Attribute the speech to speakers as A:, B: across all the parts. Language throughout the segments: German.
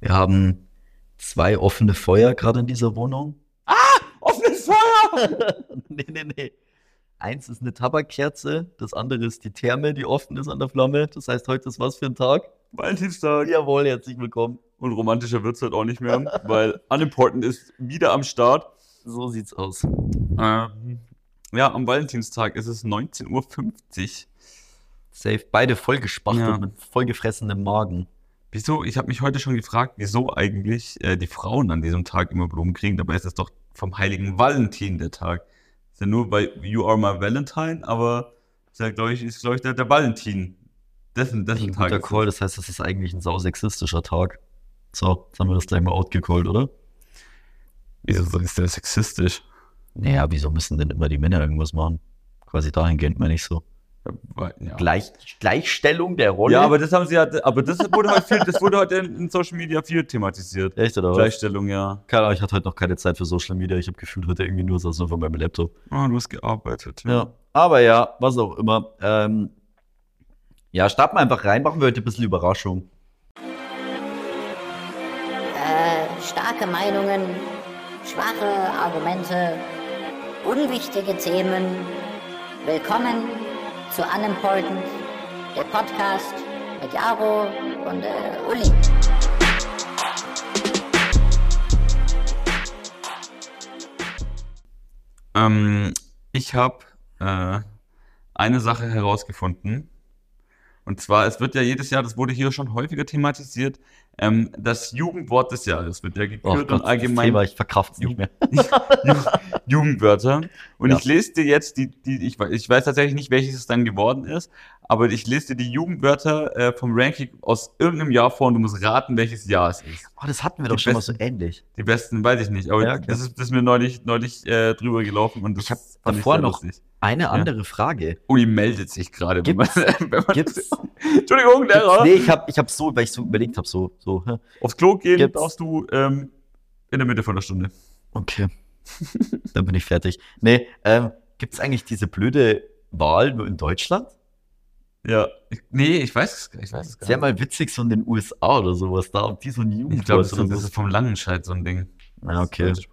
A: Wir haben zwei offene Feuer gerade in dieser Wohnung.
B: Offenes Feuer!
A: nee, nee, nee. Eins ist eine Tabakkerze, das andere ist die Therme, die offen ist an der Flamme. Das heißt, heute ist was für ein Tag?
B: Valentinstag.
A: Jawohl, herzlich willkommen.
B: Und romantischer wird es halt auch nicht mehr, weil Unimportant ist wieder am Start.
A: So sieht's aus.
B: Ähm, ja, am Valentinstag ist es 19.50 Uhr.
A: Safe, beide vollgespachtelt
B: Ja.
A: mit vollgefressenem Magen.
B: Wieso? Ich habe mich heute schon gefragt, wieso eigentlich äh, die Frauen an diesem Tag immer Blumen kriegen. Dabei ist es doch vom heiligen Valentin der Tag. Ist ja nur bei You Are My Valentine, aber ist ja, glaube ich, ist, glaub ich, der, der Valentin. Dessen, dessen
A: Ein
B: Tag.
A: guter
B: ist es.
A: Call, das heißt, das ist eigentlich ein sausexistischer Tag. So, jetzt haben wir das gleich mal outgecallt, oder?
B: Wieso ist der sexistisch?
A: Naja, wieso müssen denn immer die Männer irgendwas machen? Quasi dahingehend meine ich so.
B: Ja, weil- ja.
A: Gleich, Gleichstellung der Rolle.
B: Ja, aber das haben sie ja, aber das wurde heute viel, das wurde heute in, in Social Media viel thematisiert.
A: Echt, oder was?
B: Gleichstellung, ja.
A: Keine Ahnung, ich hatte heute noch keine Zeit für Social Media. Ich habe gefühlt heute irgendwie nur saß nur vor meinem Laptop.
B: Ah, du hast gearbeitet.
A: Ja, aber ja, was auch immer. Ähm, ja, starten wir einfach rein, machen wir heute ein bisschen Überraschung.
C: Äh, starke Meinungen, schwache Argumente, unwichtige Themen. Willkommen zu Unimportant, der Podcast mit Jaro und äh, Uli.
B: Ähm, ich habe äh, eine Sache herausgefunden. Und zwar, es wird ja jedes Jahr, das wurde hier schon häufiger thematisiert, ähm, das Jugendwort des Jahres wird ja
A: Oh
B: gekürt
A: Gott,
B: und allgemein
A: Das Thema, ich verkraft's nicht mehr.
B: Jugendwörter. Und
A: Ja.
B: ich lese dir jetzt die, die ich, wei- ich weiß tatsächlich nicht, welches es dann geworden ist, aber ich lese dir die Jugendwörter äh, vom Ranking aus irgendeinem Jahr vor und du musst raten, welches Jahr es ist.
A: Oh, das hatten wir
B: Die
A: doch schon mal so
B: besten-
A: ähnlich.
B: Die besten weiß ich nicht, aber
A: Ja, okay.
B: das, ist, das ist mir neulich, neulich äh, drüber gelaufen und das
A: Ich hab
B: fand
A: davor
B: sehr
A: noch-
B: lustig.
A: Eine andere Frage.
B: Uli meldet sich gerade. wenn
A: Gibt's-
B: man- wenn man-
A: Gibt's?
B: Entschuldigung, Lehrer.
A: Nee, ich habe ich hab so, weil ich so überlegt habe, so, so. hä?
B: Aufs Klo gehen
A: Gibt's?
B: darfst du ähm, in der Mitte von der Stunde.
A: Okay. Dann bin ich fertig. Nee, ähm, gibt's eigentlich diese blöde Wahl nur in Deutschland?
B: Ja. Ich, nee, ich weiß es gar ich weiß es
A: Sehr mal witzig, so in den USA oder sowas. Da haben die so ein Jugendwort.
B: Ich glaube, das,
A: oder
B: ist- das
A: so.
B: ist vom Langenscheid so ein Ding.
A: Ja, okay.
B: Ich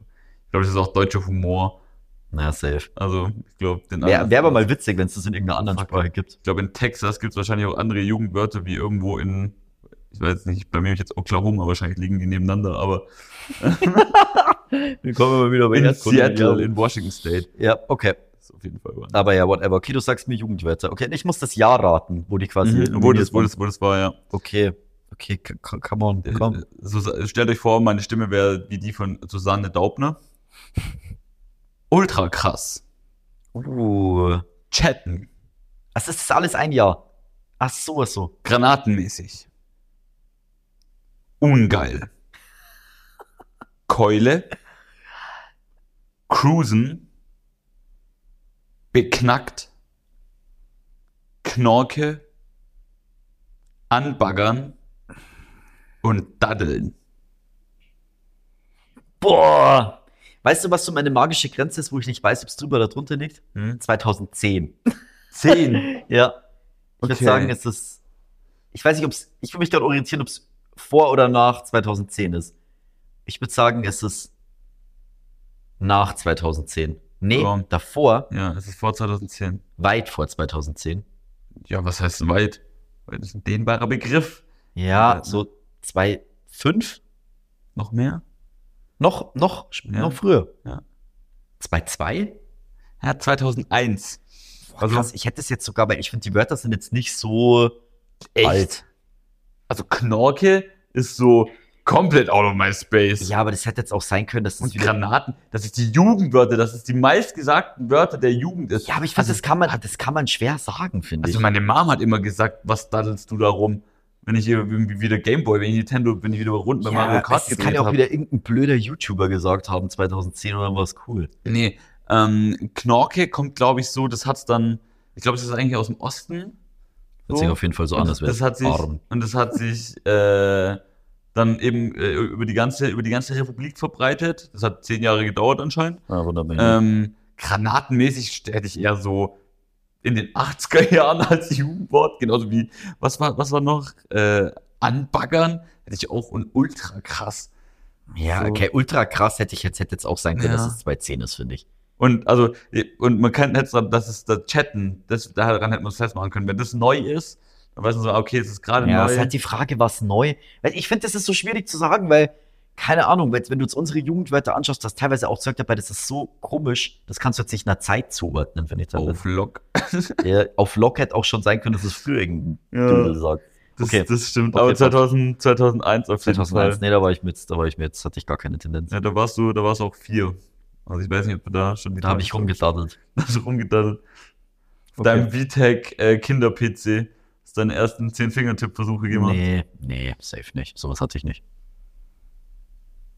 B: glaube, das ist auch deutscher Humor.
A: Na, safe.
B: Also, ich glaube, den
A: Wäre
B: anderen-
A: wär aber mal witzig, wenn es das in irgendeiner anderen
B: Fuck.
A: Sprache gibt.
B: Ich glaube, in Texas gibt es wahrscheinlich auch andere Jugendwörter wie irgendwo in. Ich weiß nicht, bei mir ist jetzt Oklahoma, wahrscheinlich liegen die nebeneinander, aber
A: Wir kommen immer wieder bei
B: in
A: Erdkunde,
B: Seattle,
A: ja.
B: in Washington State.
A: Ja, okay.
B: Ist auf jeden Fall. woanders.
A: Aber ja, whatever. Okay, du sagst mir Jugendwörter. Okay, ich muss das Jahr raten, wo die quasi.
B: Mhm, wo, das, wo, das, wo das war, ja.
A: Okay, okay, c- c- come on,
B: Äh,
A: komm.
B: Sus- stellt euch vor, meine Stimme wäre wie die von Susanne Daubner. Ultra krass.
A: Uh.
B: Chatten.
A: Also, es ist alles ein Jahr. Ach so, ach so.
B: Granatenmäßig. Ungeil. Keule. Cruisen. Beknackt. Knorke. Anbaggern. Und daddeln.
A: Boah. Weißt du, was so meine magische Grenze ist, wo ich nicht weiß, ob es drüber oder drunter liegt? 2010.
B: Hm? Zehn.
A: Ja. Ich würde
B: Okay.
A: sagen, es ist. Ich weiß nicht, ob es. Ich würde mich gerade orientieren, ob es vor oder nach 2010 ist. Ich würde sagen, es ist nach 2010. Nee,
B: Komm.
A: davor,
B: Ja, es ist vor 2010.
A: weit vor 2010.
B: Ja, was heißt weit? Weit ist ein dehnbarer Begriff.
A: Ja,
B: Ja.
A: so 2005?
B: Noch mehr?
A: Noch, noch,
B: Ja.
A: noch früher.
B: Ja.
A: 2002?
B: Ja, Also 2001.
A: Boah, krass, ich hätte es jetzt sogar, weil ich finde, die Wörter sind jetzt nicht so alt.
B: Also Knorke ist so komplett out of my space.
A: Ja, aber das hätte jetzt auch sein können, dass es
B: Und Granaten, das ist die Jugendwörter, das ist die meistgesagten Wörter der Jugend ist.
A: Ja, aber ich finde, das kann man, das kann man schwer sagen, finde ich.
B: Also meine Mom hat immer gesagt, was daddelst du da rum, wenn ich irgendwie wieder Gameboy, wenn ich Nintendo, wenn ich wieder rund bei
A: ja,
B: Mario Kart
A: das kann
B: gedreht
A: ja auch
B: hab.
A: wieder irgendein blöder YouTuber gesagt haben, 2010 oder was cool.
B: Nee, ähm, Knorke kommt, glaube ich, so, das hat's dann, ich glaube, es ist eigentlich aus dem Osten.
A: Hört sich auf jeden Fall so an, als
B: das,
A: wär's
B: das hat sich,
A: arm.
B: Und das hat sich äh, dann eben äh, über, die ganze, über die ganze Republik verbreitet. Das hat zehn Jahre gedauert anscheinend.
A: Ja, wunderbar.
B: Ähm, granatenmäßig hätte ich eher so in den 80er Jahren als Jugendwort, genauso wie, was war, was war noch? Äh, anbaggern Hätte ich auch und ultra krass.
A: Ja,
B: So.
A: okay, ultra krass hätte ich jetzt, hätte jetzt auch sein können,
B: Ja.
A: dass es 2.10 ist, finde ich.
B: Und also, und man kann jetzt, das ist das Chatten, das, daran hätte man es festmachen können. Wenn das neu ist, dann weiß man so, ah, okay, es ist gerade
A: Ja,
B: neu.
A: ist halt die Frage, was neu. Weil ich finde, das ist so schwierig zu sagen, weil, keine Ahnung, weil, wenn du jetzt unsere Jugend weiter anschaust, da ist teilweise auch Zeug dabei, das ist so komisch, das kannst du jetzt nicht einer Zeit zuordnen, finde ich. teilweise.
B: auf Lock.
A: Ja, auf Lock hätte auch schon sein können, dass es früher irgendein
B: Ja.
A: Dödel sagt.
B: Das,
A: Okay.
B: das stimmt.
A: Okay,
B: Aber
A: passt.
B: 2000, 2001 auf jeden
A: 2001,
B: Fall.
A: nee, da war ich mit, da war ich mit, hatte ich gar keine Tendenz.
B: Ja, da warst du, da warst du auch vier. Also ich weiß nicht, ob du da schon
A: Da habe ich rumgedaddelt.
B: Da hast du rumgedaddelt. Auf deinem VTech äh, Kinder-PC hast deine ersten 10-Finger-Tipp-Versuche gemacht.
A: Nee, nee, safe nicht. Sowas hatte ich nicht.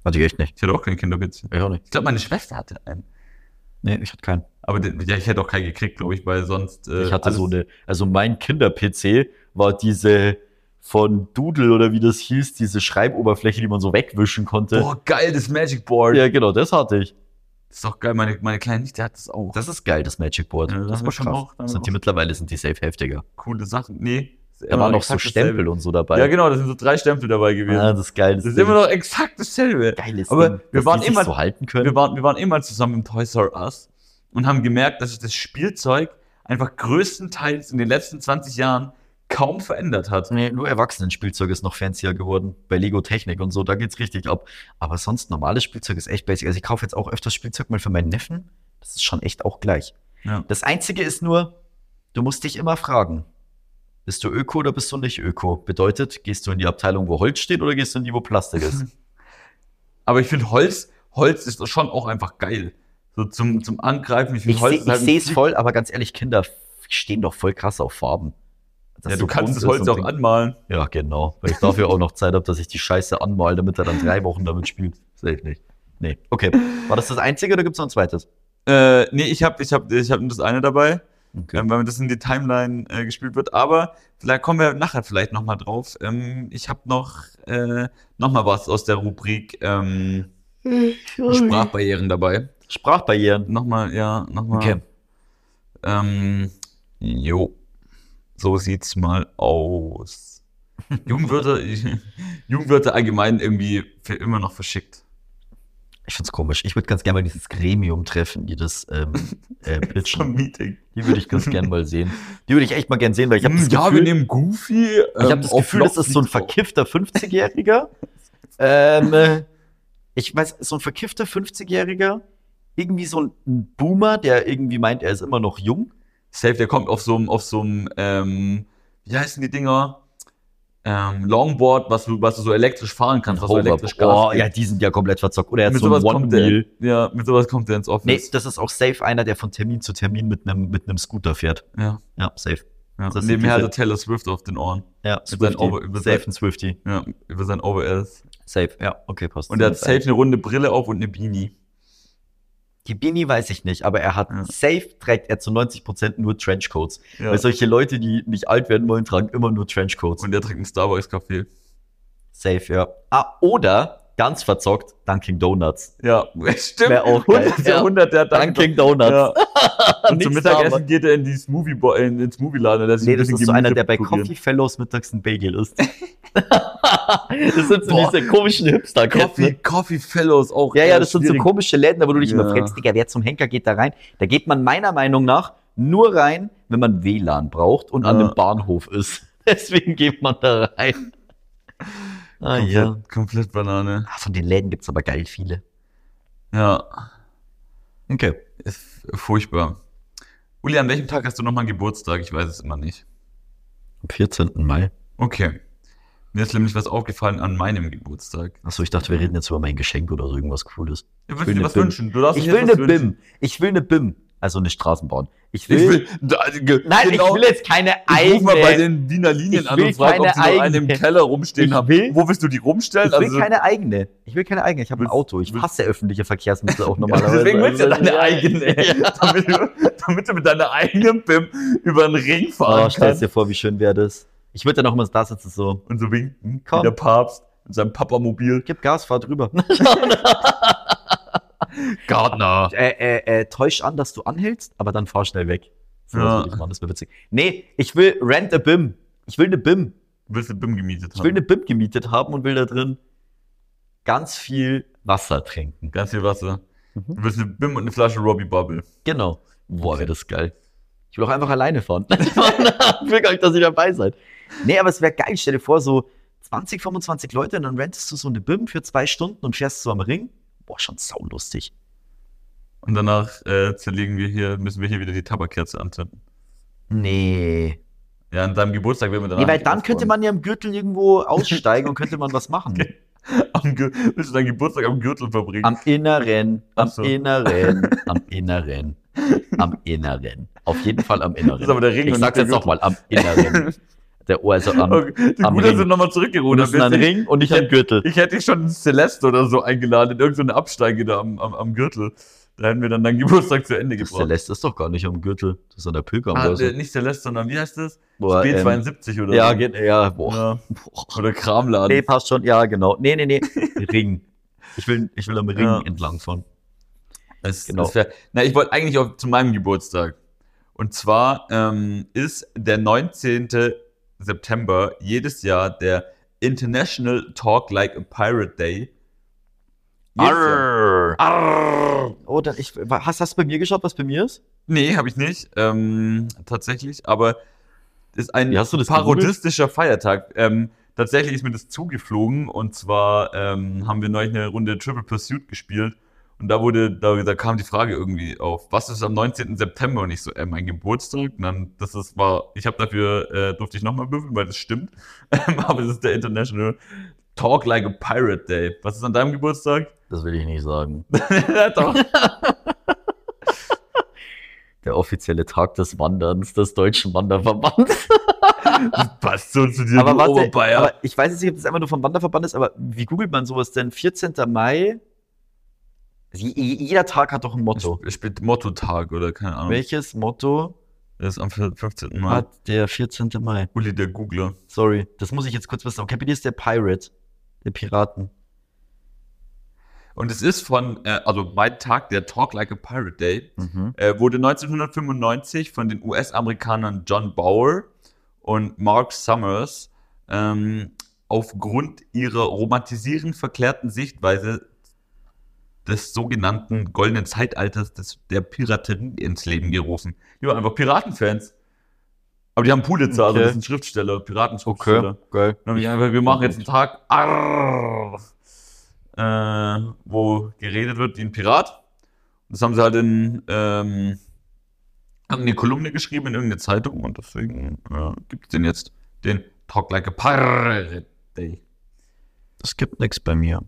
A: Hatte ich echt nicht.
B: Ich hatte auch keinen Kinder-PC.
A: Ich auch nicht.
B: Ich glaube, meine Schwester hatte einen.
A: Nee, ich hatte keinen.
B: Aber den, ja, ich hätte auch keinen gekriegt, glaube ich, weil sonst. äh,
A: Ich hatte
B: alles-
A: so eine, also mein Kinder-PC war diese von Doodle oder wie das hieß, diese Schreiboberfläche, die man so wegwischen konnte.
B: Boah, geil, das Magic Board.
A: ja, genau, das hatte ich.
B: Das ist doch geil, meine, meine kleine Nichte hat das auch.
A: Das ist geil, das Magic Board.
B: Ja,
A: das
B: haben
A: war
B: wir schon
A: schon
B: auch, haben wir
A: Sind die
B: auch.
A: mittlerweile sind die safe heftiger.
B: Coole Sachen. Nee. ist
A: Da
B: immer
A: waren noch so
B: exakt
A: Stempel
B: dasselbe.
A: und so dabei.
B: Ja, genau, da sind so drei Stempel dabei gewesen.
A: Ah, das ist geil.
B: das ist immer noch exakt dasselbe.
A: geiles
B: aber wir
A: dass die
B: waren
A: sich
B: immer-
A: so halten können.
B: Wir waren, wir waren immer zusammen im Toys R Us und haben gemerkt, dass sich das Spielzeug einfach größtenteils in den letzten 20 Jahren kaum verändert hat.
A: Nee, nur Erwachsenenspielzeug ist noch fancier geworden. Bei Lego Technik und so, da geht's richtig ab. Aber sonst normales Spielzeug ist echt basic. Also ich kaufe jetzt auch öfters Spielzeug mal für meinen Neffen. Das ist schon echt auch gleich.
B: Ja.
A: Das Einzige ist nur, du musst dich immer fragen. Bist du Öko oder bist du nicht Öko? Bedeutet, gehst du in die Abteilung, wo Holz steht, oder gehst du in die, wo Plastik ist?
B: Aber ich finde Holz, Holz ist schon auch einfach geil. So zum, zum Angreifen.
A: ich
B: find
A: seh-
B: ist halt
A: ich
B: ein
A: sehe es
B: Ziel-
A: voll, aber ganz ehrlich, Kinder f- stehen doch voll krass auf Farben. Dass
B: Ja,
A: so
B: du kannst
A: bunt
B: das
A: ist
B: Holz
A: und
B: auch
A: Ding-
B: anmalen.
A: Ja, genau. Weil ich dafür auch noch Zeit habe, dass ich die Scheiße anmal, damit er dann drei Wochen damit spielt. Safe nicht. Nee. Okay. War das das Einzige oder gibt's noch ein zweites?
B: Äh, nee, ich habe ich hab, ich hab nur das eine dabei,
A: Okay.
B: ähm, weil das in die Timeline äh, gespielt wird. Aber vielleicht kommen wir nachher vielleicht nochmal drauf. Ähm, ich habe noch, äh, noch mal was aus der Rubrik ähm, hm. Sprachbarrieren dabei.
A: Sprachbarrieren.
B: Nochmal, ja, nochmal.
A: Okay.
B: Ähm, jo. So sieht's mal aus. Jugendwörter, Jugendwörter allgemein irgendwie für immer noch verschickt.
A: Ich find's komisch. Ich würde ganz gerne mal dieses Gremium treffen, die das ähm, äh,
B: Zum
A: pitchen.
B: Meeting.
A: Die würde ich ganz gerne mal sehen. Die würde ich echt mal gern sehen, weil ich habe das
B: Hm, ja, wir
A: Gefühl,
B: nehmen Goofy. ähm,
A: ich hab das, Gefühl das ist so ein verkiffter 50-Jähriger. ähm, äh, ich weiß, so ein verkiffter 50-Jähriger, irgendwie so ein Boomer, der irgendwie meint, er ist immer noch jung.
B: Safe, der kommt auf so einem, auf so einem, ähm, wie heißen die Dinger? Ähm, Longboard, was du, was du so elektrisch fahren kannst, was so
A: Hoverboard.
B: elektrisch Gas
A: oh,
B: gibt.
A: ja, die sind ja komplett verzockt. Oder er hat
B: mit
A: so ein
B: sowas kommt
A: One-Wheel.
B: der, ja, mit sowas kommt der ins
A: Nee,
B: Office.
A: das ist auch safe einer, der von Termin zu Termin mit einem mit einem Scooter fährt.
B: Ja,
A: Ja, safe.
B: ja.
A: Das sind
B: Nebenher hat
A: diese-
B: er Taylor Swift auf den Ohren.
A: Ja,
B: seinen
A: Swifty.
B: Over- mit
A: safe
B: sein-
A: ein Swifty.
B: Ja, über sein OBS.
A: Safe, ja, okay, passt.
B: Und er hat safe eine runde Brille auf und eine Beanie.
A: Die Beanie weiß ich nicht, aber er hat
B: Ja.
A: safe, trägt er zu 90% nur Trenchcoats.
B: Ja.
A: Weil solche Leute, die nicht alt werden wollen, tragen immer nur Trenchcoats.
B: Und der trinkt einen Starbucks-Kaffee.
A: safe, ja. Ah, oder, ganz verzockt, Dunkin' Donuts.
B: Ja, stimmt.
A: Wär auch geil.
B: 100, ja.
A: Ja.
B: 100 der hat
A: Dunkin' Donuts.
B: Ja. Und
A: Nicht
B: zum Mittagessen
A: Starbucks.
B: geht er in die Smoothie Bo in, ins Smoothie-Laden. lässt sich
A: Nee,
B: ein
A: das
B: bisschen
A: ist so einer,
B: Gemüse
A: der bei
B: pürieren.
A: Coffee Fellows mittags ein Bagel isst. das sind so
B: Boah.
A: diese komischen hipster
B: Coffee, Coffee Fellows auch.
A: Ja,
B: eher
A: ja, das sind so
B: schwierig.
A: komische Läden, da wo du dich immer
B: Ja.
A: fragst, Digga, wer zum Henker geht da rein? Da geht man meiner Meinung nach nur rein, wenn man WLAN braucht und an
B: Ja.
A: einem Bahnhof ist. Deswegen geht man da rein. Ah
B: Komplett,
A: ja.
B: komplett Banane.
A: Ah, Von den Läden gibt's aber geil viele.
B: Ja,
A: Okay.
B: ist furchtbar. Uli, an welchem Tag hast du nochmal Geburtstag? Ich weiß es immer nicht.
A: Am 14. Mai.
B: Okay. Mir ist nämlich was aufgefallen an meinem Geburtstag.
A: Achso, ich dachte, wir reden jetzt über mein Geschenk oder so irgendwas Cooles. Also
B: Ich
A: will
B: würde dir
A: eine
B: was
A: Bim.
B: wünschen. Du darfst
A: Ich
B: dir
A: will
B: jetzt was
A: eine
B: wünschen.
A: BIM. Ich will eine BIM. Also eine Straßenbahn. Ich will.
B: Ich will, da, ge,
A: nein,
B: genau,
A: ich will jetzt keine
B: Ich
A: eigene.
B: ruf mal bei den Wiener Linien
A: Ich
B: an
A: will
B: und frag, ob
A: keine
B: sie noch eine im
A: eigene.
B: Keller rumstehen
A: Ich
B: haben.
A: will-
B: Wo willst du die rumstellen?
A: Ich will
B: Also,
A: keine eigene. Ich will keine eigene. Ich habe ein
B: Willst-
A: Auto. Ich
B: willst-
A: hasse öffentliche Verkehrsmittel auch
B: Ja,
A: normalerweise.
B: deswegen willst du ja
A: Also,
B: deine eigene, damit, du, damit du mit deiner eigenen BIM über den Ring fahren
A: Oh, stell
B: kannst.
A: dir vor, wie schön wäre das. Ich würde dann auch immer da sitzen, so,
B: Und so winken,
A: Komm.
B: wie der Papst mit seinem Papamobil.
A: gib Gas, fahr drüber.
B: Gardner.
A: äh, äh, äh, täusch an, dass du anhältst, aber dann fahr schnell weg. So was
B: Ja.
A: würde ich machen, das wäre witzig. Nee, ich will rent a BIM. Ich will eine BIM.
B: willst du BIM gemietet haben?
A: Ich will eine Bib gemietet haben und will da drin ganz viel Wasser trinken.
B: Ganz viel Wasser.
A: Mhm.
B: Du willst eine BIM und eine Flasche Robbie Bubble.
A: Genau. Boah, wäre das geil. Ich will auch einfach alleine fahren. ich will gar nicht, dass ihr dabei seid. Nee, aber es wäre geil. Stell dir vor, so 20, 25 Leute und dann rentest du so eine BIM für zwei Stunden und fährst so am Ring. Boah, schon saulustig.
B: Und danach äh, zerlegen wir hier, müssen wir hier wieder die Tabakkerze anzünden.
A: Nee.
B: Ja, an deinem Geburtstag werden wir danach.
A: Nee, weil
B: nicht
A: dann könnte
B: aufräumen.
A: man ja im Gürtel irgendwo aussteigen und könnte man was machen.
B: Okay. Am Gür- willst du deinen Geburtstag am Gürtel verbringen?
A: Am Inneren, am
B: Ach so.
A: Inneren, am Inneren, am Inneren. Auf jeden Fall am Inneren.
B: Das ist aber der Ring
A: ich
B: und
A: sag's
B: nicht
A: jetzt
B: der
A: nochmal, am Inneren. Der Ohr, also am,
B: Okay,
A: am
B: gut, dass
A: Ring.
B: du nochmal zurückgeruht
A: Und
B: hast.
A: das ist ein
B: Ich-
A: Ring und nicht ein Gürtel.
B: Ich hätte dich schon ins Celeste oder so eingeladen, in irgendeine Absteige da am, am, am Gürtel. Da hätten wir dann deinen Geburtstag zu Ende
A: Das
B: gebracht.
A: Celeste ist doch gar nicht am Gürtel. Das ist an der Pilger.
B: Ah,
A: oder so.
B: äh, nicht Celeste, sondern wie heißt das?
A: Boah, ähm,
B: B72 oder
A: ja,
B: so.
A: geht, ja, boah.
B: Ja. Oder Kramladen.
A: Nee, passt schon. Ja, genau. Nee, nee, nee. Ring. Ich will, ich will am Ring
B: Ja.
A: entlang fahren.
B: Es,
A: Genau.
B: es wär, na, ich wollte eigentlich auch zu meinem Geburtstag. Und zwar ähm, ist der 19. September jedes Jahr der International Talk Like a Pirate Day. Jedes Jahr.
A: Arr.
B: Arr.
A: Oh, dann, ich, hast hast du bei mir geschaut, was bei mir ist?
B: Nee, habe ich nicht. Ähm, tatsächlich, aber ist ein
A: Wie hast du das
B: parodistischer Feiertag. Ähm, tatsächlich ist mir das zugeflogen und zwar ähm, haben wir neulich eine Runde Triple Pursuit gespielt und da wurde, da, da kam die Frage irgendwie auf, was ist am 19. September und ich so, äh, mein Geburtstag? Und dann, das ist, war, ich habe dafür, äh, durfte ich nochmal würfeln, weil das stimmt. Ähm, aber es ist der International Talk Like a Pirate Day. Was ist an deinem Geburtstag?
A: Das will ich nicht sagen.
B: Ja, Doch.
A: Der offizielle Tag des Wanderns des Deutschen Wanderverbands.
B: Das passt so zu dir, du Oberbayer.
A: aber ich weiß jetzt nicht, ob das einfach nur vom Wanderverband ist, aber wie googelt man sowas denn? 14. Mai? Also je- je- Jeder Tag hat doch ein Motto.
B: Sp- Sp- Motto-Tag oder keine Ahnung.
A: Welches Motto
B: Das ist am 15. Mai.
A: hat der 14. Mai?
B: Uli, der Googler.
A: Sorry, das muss ich jetzt kurz wissen. Okay, bei dir ist der Pirate, der Piraten.
B: Und es ist von, äh, also mein Tag, der Talk Like a Pirate Day, äh, wurde 1995 von den US-Amerikanern John Bauer und Mark Summers ähm, aufgrund ihrer romantisierend verklärten Sichtweise des sogenannten goldenen Zeitalters des, der Piraterie ins Leben gerufen. Die waren einfach Piratenfans. Aber die haben Pulitzer, also
A: Okay.
B: das sind Schriftsteller, Piratenschriftsteller.
A: geil.
B: Dann hab ich einfach, wir machen jetzt einen Tag, arrrr, äh, wo geredet wird wie ein Pirat. Das haben sie halt in, ähm, haben eine Kolumne geschrieben in irgendeine Zeitung und deswegen äh, gibt es den jetzt, den Talk Like a Pirate Day.
A: Das gibt nichts bei mir.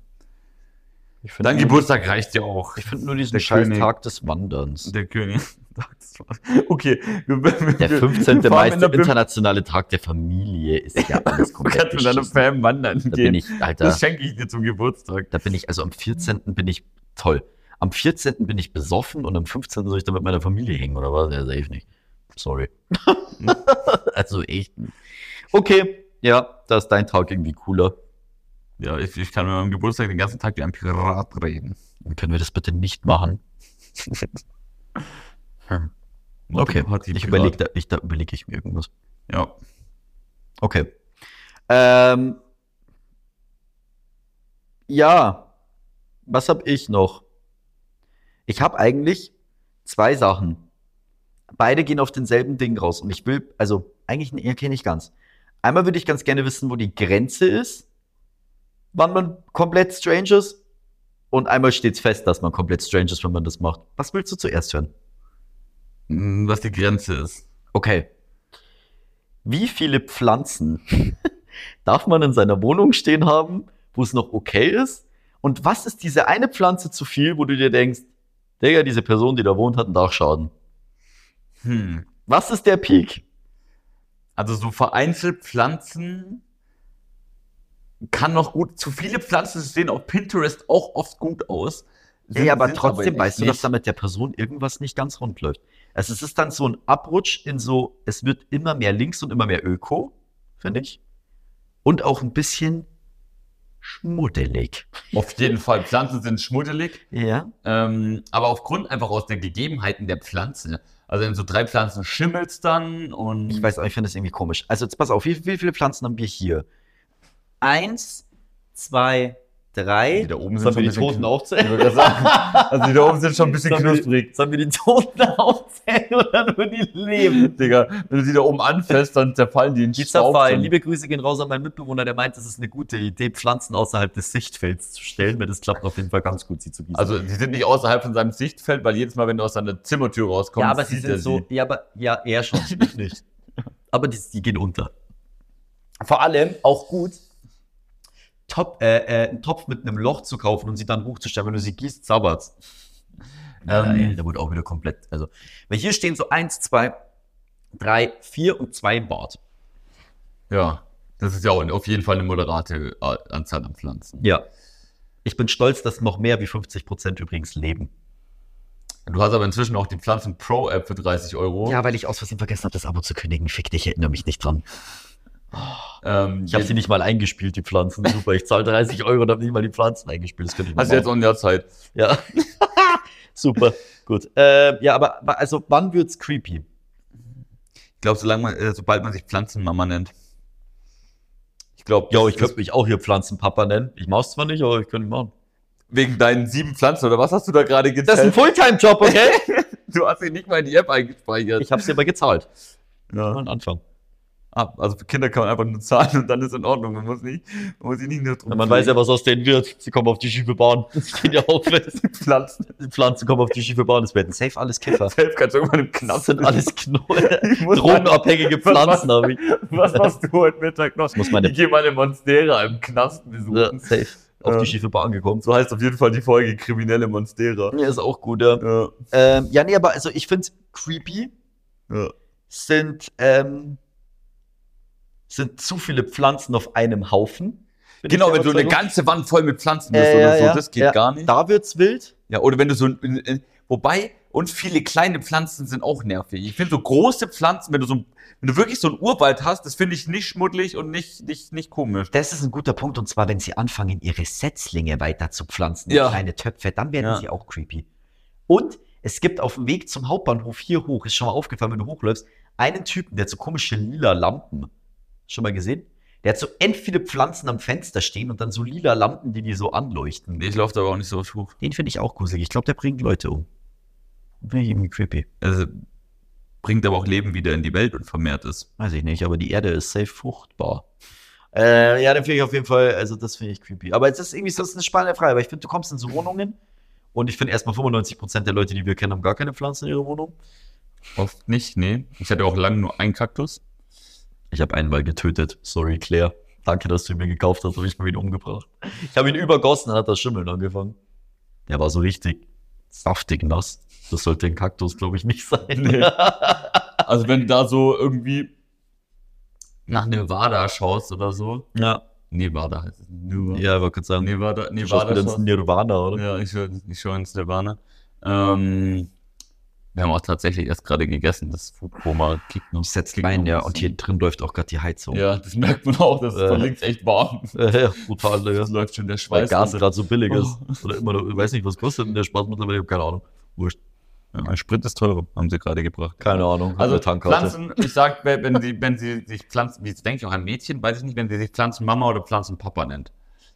A: Ich find
B: Dein
A: nur-
B: Geburtstag reicht ja auch.
A: Ich finde nur diesen
B: Der
A: scheiß
B: König.
A: Tag des Wanderns.
B: Der König. sagt es mal. Okay. wir- wir-
A: Der
B: wir-
A: 15.
B: wir fahren
A: Mai
B: mit
A: ist
B: einer
A: der
B: Bim-
A: internationale Tag der Familie. Ist ja alles
B: Du
A: komplett
B: kannst mit deiner
A: beschissen.
B: Fam wandern
A: Da bin
B: gehen.
A: ich, Alter,
B: Das schenke ich dir zum Geburtstag.
A: da bin ich, also am 14. bin ich, toll. Am 14. bin ich besoffen und am 15. soll ich dann mit meiner Familie hängen oder was? Ja, safe nicht. Sorry.
B: Hm.
A: also echt. nicht. Okay, ja, da ist dein Tag irgendwie cooler.
B: Ja, ich, ich kann mit meinem Geburtstag den ganzen Tag wie ein Pirat reden.
A: Können wir das bitte nicht machen? Hm. Okay, ich überlege da, ich, da überleg ich mir irgendwas.
B: Ja.
A: Okay. Ähm, ja, was habe ich noch? Ich habe eigentlich zwei Sachen. Beide gehen auf denselben Ding raus und ich will, also eigentlich nee, kenne ich ganz. Einmal würde ich ganz gerne wissen, wo die Grenze ist, wann man komplett strange ist. Und einmal steht's fest, dass man komplett strange ist, wenn man das macht. Was willst du zuerst hören?
B: Mm, Was die Grenze ist.
A: Okay. Wie viele Pflanzen darf man in seiner Wohnung stehen haben, wo es noch okay ist? Und was ist diese eine Pflanze zu viel, wo du dir denkst, Digga, diese Person, die da wohnt, hat einen Dachschaden?
B: Hm.
A: Was ist der Peak?
B: Also so vereinzelt Pflanzen kann noch gut. Zu viele Pflanzen sehen auf Pinterest auch oft gut aus.
A: Ey,
B: Sind-
A: aber
B: sind
A: trotzdem
B: in
A: weißt
B: echt
A: du, dass
B: nicht.
A: da mit der Person irgendwas nicht ganz rund läuft. Also es ist dann so ein Abrutsch in so, es wird immer mehr links und immer mehr öko, finde ich. Und auch ein bisschen schmuddelig.
B: Auf jeden Fall. Pflanzen sind schmuddelig.
A: Ja.
B: Ähm, aber aufgrund einfach aus der Gegebenheiten der Pflanze. Also in so drei Pflanzen schimmelt es dann und.
A: Ich weiß auch, ich finde das irgendwie komisch. Also jetzt pass auf, wie, wie viele Pflanzen haben wir hier? Eins, zwei, drei.
B: Die da oben sind
A: Sollen
B: schon
A: wir
B: ein
A: die Toten
B: bisschen kn- Ich
A: aufzählen?
B: wollte gerade sagen, Also die da oben sind schon ein bisschen
A: Sollen wir-
B: knusprig.
A: Sollen wir die Toten aufzählen oder nur die Leben?
B: Digga, wenn du die da oben anfällst, dann zerfallen die in
A: Die
B: Staub.
A: zerfallen.
B: dann.
A: Liebe Grüße gehen raus an meinen Mitbewohner, der meint, es ist eine gute Idee, Pflanzen außerhalb des Sichtfelds zu stellen, weil das klappt auf jeden Fall ganz gut, sie zu gießen.
B: Also die sind nicht außerhalb von seinem Sichtfeld, weil jedes Mal, wenn du aus deiner Zimmertür rauskommst,
A: ja, aber sie
B: sieht
A: sind
B: er
A: so, ja, aber, ja, eher schon, ich nicht. Aber die, die gehen unter.
B: Vor allem
A: Auch gut, Top, äh, äh, einen Topf mit einem Loch zu kaufen und sie dann hochzustellen, wenn du sie gießt, zaubert. Ähm,
B: Ähm.
A: da wurde auch wieder komplett, also, weil hier stehen so eins, zwei, drei, vier und zwei im Bord.
B: Ja, das ist ja auch auf jeden Fall eine moderate äh, Anzahl an Pflanzen.
A: Ja. Ich bin stolz, dass noch mehr wie 50 Prozent übrigens leben.
B: Du hast aber inzwischen auch die Pflanzen Pro App für 30 Euro.
A: Ja, weil ich aus Versehen vergessen habe, das Abo zu kündigen. Fick dich, ich erinnere mich nicht dran.
B: Ähm,
A: Ich habe sie nicht mal eingespielt, die Pflanzen. Super, ich zahle 30 Euro und habe nicht mal die Pflanzen eingespielt. Das könnte ich mal
B: Hast du jetzt auch ein Jahr Zeit.
A: machen. Ja. Super, gut. Ähm, ja, aber wa- also wann wird's creepy?
B: Ich glaube, solange man, äh, sobald man sich Pflanzenmama nennt. Ich glaube,
A: Ja, ich könnte mich auch hier Pflanzenpapa nennen. Ich mach's zwar nicht, aber ich könnte ihn machen.
B: wegen deinen sieben Pflanzen oder was hast du da gerade
A: Das ist ein
B: gezählt?
A: Fulltime-Job, okay?
B: Du hast sie nicht mal in die App eingespeichert.
A: ich hab's dir aber gezahlt.
B: ja.
A: Am Anfang.
B: Ah, Also für Kinder kann man einfach nur zahlen und dann ist in Ordnung. Man muss nicht, man muss sich nicht nur drum
A: Man weiß ja, was aus denen wird. Sie kommen auf die schiefe Bahn. Das geht ja auch fest.
B: Pflanzen
A: Die Pflanzen kommen auf die schiefe Bahn. Das werden safe alles Kiffer.
B: selbst kannst du irgendwann im
A: Das
B: Knast
A: sind alles Knoll.
B: Ich muss
A: Drogenabhängige
B: Was-
A: Pflanzen habe ich.
B: Was machst du heute Mittag noch?
A: muss meine-
B: ich gehe meine Monstera im Knast besuchen.
A: Ja, safe. Auf
B: Ja.
A: die schiefe Bahn gekommen.
B: So heißt auf jeden Fall die Folge Kriminelle Monstera.
A: Ja, ist auch gut, ja.
B: Ja,
A: Ähm, ja, nee, aber also ich find's creepy
B: ja.
A: sind, ähm, sind zu viele Pflanzen auf einem Haufen. Find
B: Genau,
A: ich
B: wenn du eine
A: aber
B: ganze Wand voll mit Pflanzen
A: Ja,
B: bist
A: ja,
B: oder so,
A: ja.
B: das geht
A: Ja.
B: gar
A: so-
B: nicht.
A: Da wird's wild.
B: Ja, oder wenn du so ein, in- in- wobei, und viele kleine Pflanzen sind auch nervig. Ich finde so große Pflanzen, wenn du so ein, wenn du wirklich so einen Urwald hast, das finde ich nicht schmuddelig und nicht, nicht, nicht komisch.
A: Das ist ein guter Punkt, und zwar, wenn sie anfangen, ihre Setzlinge weiter zu pflanzen,
B: Ja.
A: in kleine Töpfe, dann werden
B: Ja.
A: sie auch creepy. Und es gibt auf dem Weg zum Hauptbahnhof hier hoch, ist schon mal aufgefallen, wenn du hochläufst, einen Typen, der hat so komische lila Lampen. Schon mal gesehen? Der hat so end viele Pflanzen am Fenster stehen und dann so lila Lampen, die die so anleuchten.
B: Ich laufe da aber auch nicht so hoch.
A: Den finde ich auch gruselig. Ich glaube, der bringt Leute um. Finde ich irgendwie creepy.
B: Also, bringt aber auch Leben wieder in die Welt und vermehrt es.
A: Weiß ich nicht, aber die Erde ist safe fruchtbar. Äh, ja, den finde ich auf jeden Fall, also das finde ich creepy. Aber es ist irgendwie so, es ist eine spannende Frage, weil ich finde, du kommst in so Wohnungen und ich finde erstmal 95% der Leute, die wir kennen, haben gar keine Pflanzen in ihrer Wohnung.
B: Oft nicht, nee. Ich hatte auch lange nur einen Kaktus.
A: Ich habe einen mal getötet. Sorry, Claire. Danke, dass du ihn mir gekauft hast, habe ich mal ihn umgebracht. Ich habe ihn übergossen, dann hat das Schimmeln angefangen. Der war so richtig saftig nass. Das sollte ein Kaktus, glaube ich, nicht sein.
B: Nee. Also wenn du da so irgendwie nach Nevada schaust oder so.
A: Ja,
B: Nevada heißt es. Nevada.
A: ja, ich wollte gerade sagen,
B: Nevada,
A: du schaust
B: Nevada
A: wieder ins
B: schaust.
A: Nirvana, oder?
B: Ja, ich höre ich höre ins Nevada. Ähm, wir haben auch tatsächlich erst gerade gesetzt. Das Foodkoma kickt noch.
A: setzt
B: kickt
A: rein,
B: noch
A: ja,
B: ein
A: und hier
B: bisschen.
A: drin läuft auch gerade die Heizung.
B: Ja, das merkt man auch, dass es von
A: Äh.
B: links echt warm. ist.
A: Ja, ja, brutal, ja.
B: Das läuft schon der
A: Weil
B: Schweiß.
A: Gas
B: runter.
A: gerade so billig ist.
B: Oh.
A: Oder immer noch, ich weiß nicht, was kostet denn der Spaß mittlerweile? Ich habe keine Ahnung. Wurscht.
B: ja, Sprit ist teurer, haben sie gerade gebracht.
A: Keine Ahnung. hab
B: Also
A: eine Tankkarte.
B: Pflanzen, ich sag, wenn wenn sie, wenn sie sich Pflanzen, wie jetzt denke ich auch an Mädchen, weiß ich nicht, wenn sie sich Pflanzenmama oder Pflanzenpapa nennt,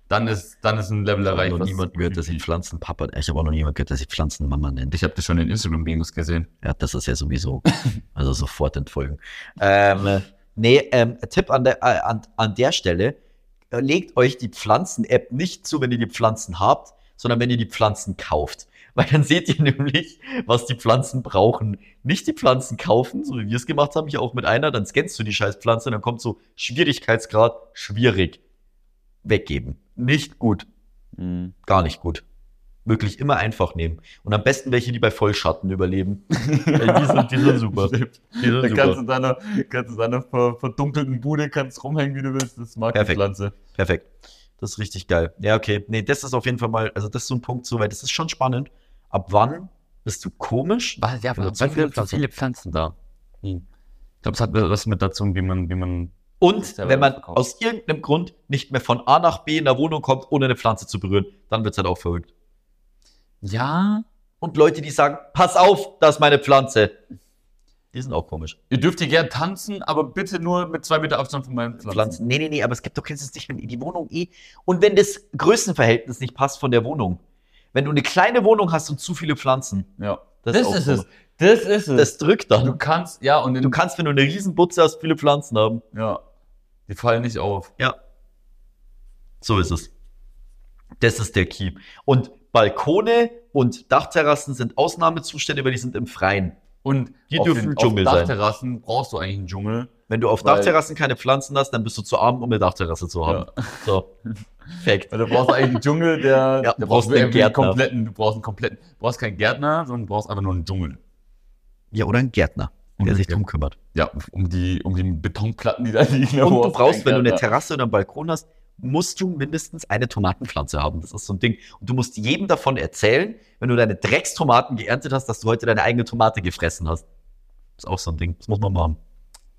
B: dann ist, dann ist ein Level
A: Ich habe
B: erreicht.
A: noch
B: was-
A: niemand gehört, dass ich Pflanzenpapa. Ich habe auch noch niemand gehört, dass ich Pflanzenmama nennt.
B: ich habe das schon in Instagram-Videos gesehen.
A: Ja, das ist ja sowieso. Also sofort entfolgen. Ähm, nee, ähm, Tipp an der, äh, an, an der Stelle: äh, Legt euch die Pflanzen-App nicht zu, wenn ihr die Pflanzen habt, sondern wenn ihr die Pflanzen kauft. Weil dann seht ihr nämlich, was die Pflanzen brauchen. Nicht die Pflanzen kaufen, so wie wir es gemacht haben, hier auch mit einer, dann scannst du die scheiß Pflanze und dann kommt so Schwierigkeitsgrad schwierig. Weggeben. Nicht gut.
B: Mhm.
A: Gar nicht gut. Wirklich immer einfach nehmen. Und am besten welche, die bei Vollschatten überleben. Weil die, sind, die sind super. Die sind
B: Stimmt. Dann kannst du
A: super.
B: in deiner, kannst in deiner ver, verdunkelten Bude kannst rumhängen, wie du willst. Das mag
A: Perfekt.
B: die Pflanze.
A: Perfekt. Das ist richtig geil. Ja, okay. Nee, das ist auf jeden Fall mal, also das ist so ein Punkt, so, weil das ist schon spannend. Ab wann bist du komisch?
B: Was, ja,
A: aber
B: aber
A: zu viele Pflanzen.
B: Hm. Pflanzen da. Ich glaube, es hat was mit dazu, wie man, wie man
A: Und
B: Selber
A: wenn man
B: verkauft.
A: aus irgendeinem Grund nicht mehr von A nach B in der Wohnung kommt, ohne eine Pflanze zu berühren, dann wird's halt auch verrückt.
B: Ja.
A: Und Leute, die sagen, pass auf, das ist meine Pflanze. Die sind auch komisch.
B: Ihr dürft hier gern tanzen, aber bitte nur mit zwei Meter Abstand von meinen Pflanzen.
A: Pflanzen. Nee, nee, nee, aber es gibt, du kennst es nicht, wenn die Wohnung eh. Und wenn das Größenverhältnis nicht passt von der Wohnung. Wenn du eine kleine Wohnung hast und zu viele Pflanzen,
B: Ja.
A: Das
B: Das,
A: ist auch
B: ist
A: komisch.
B: es. Das ist es.
A: das drückt
B: du
A: dann.
B: kannst, ja, und in,
A: Du kannst, wenn du eine riesen Butze hast, viele Pflanzen haben.
B: ja. Die fallen nicht auf.
A: Ja. So ist es. Das ist der Key. Und Balkone und Dachterrassen sind Ausnahmezustände, weil die sind im Freien.
B: Und
A: Hier
B: auf,
A: dürfen
B: den, auf
A: Dschungel sein.
B: Dachterrassen brauchst du eigentlich einen Dschungel.
A: Wenn du auf
B: Weil-
A: Dachterrassen keine Pflanzen hast, dann bist du zu arm, um eine Dachterrasse zu haben.
B: Ja.
A: So. Perfekt.
B: Weil du brauchst eigentlich einen Dschungel, der,
A: Ja,
B: der
A: du brauchst einen
B: wirklich
A: Gärtner.
B: kompletten, du brauchst einen kompletten, du brauchst keinen Gärtner, sondern du brauchst einfach nur einen Dschungel.
A: Ja, oder ein Gärtner,
B: Und
A: der
B: ein
A: sich
B: Gärtner.
A: drum kümmert.
B: Ja, um die, um die Betonplatten, die da liegen. da
A: Und du
B: brauchst
A: brauchst, wenn
B: keinen
A: du eine
B: Gärtner.
A: Terrasse oder einen Balkon hast, musst du mindestens eine Tomatenpflanze haben. Das ist so ein Ding. Und du musst jedem davon erzählen, wenn du deine Dreckstomaten geerntet hast, dass du heute deine eigene Tomate gefressen hast. Ist auch so ein Ding. Das muss man machen.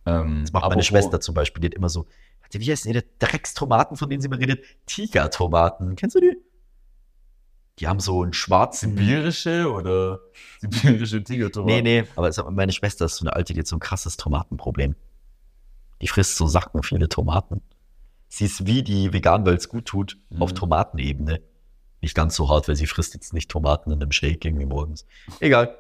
B: Ähm,
A: Das macht meine
B: apropos-
A: Schwester zum Beispiel. Die hat immer so, warte, wie heißen ihre Dreckstomaten, von denen sie immer redet? Tigertomaten. Kennst du die? Die haben so einen schwarzen
B: Sibirische oder sibirische Tigertomate?
A: Nee, nee. Aber es hat, meine Schwester ist so eine alte, die hat so ein krasses Tomatenproblem. Die frisst so Sacken viele Tomaten. Sie ist wie die vegan, weil es gut tut,
B: Mhm.
A: auf Tomatenebene. Nicht ganz so hart, weil sie frisst jetzt nicht Tomaten in einem Shake irgendwie morgens. Egal.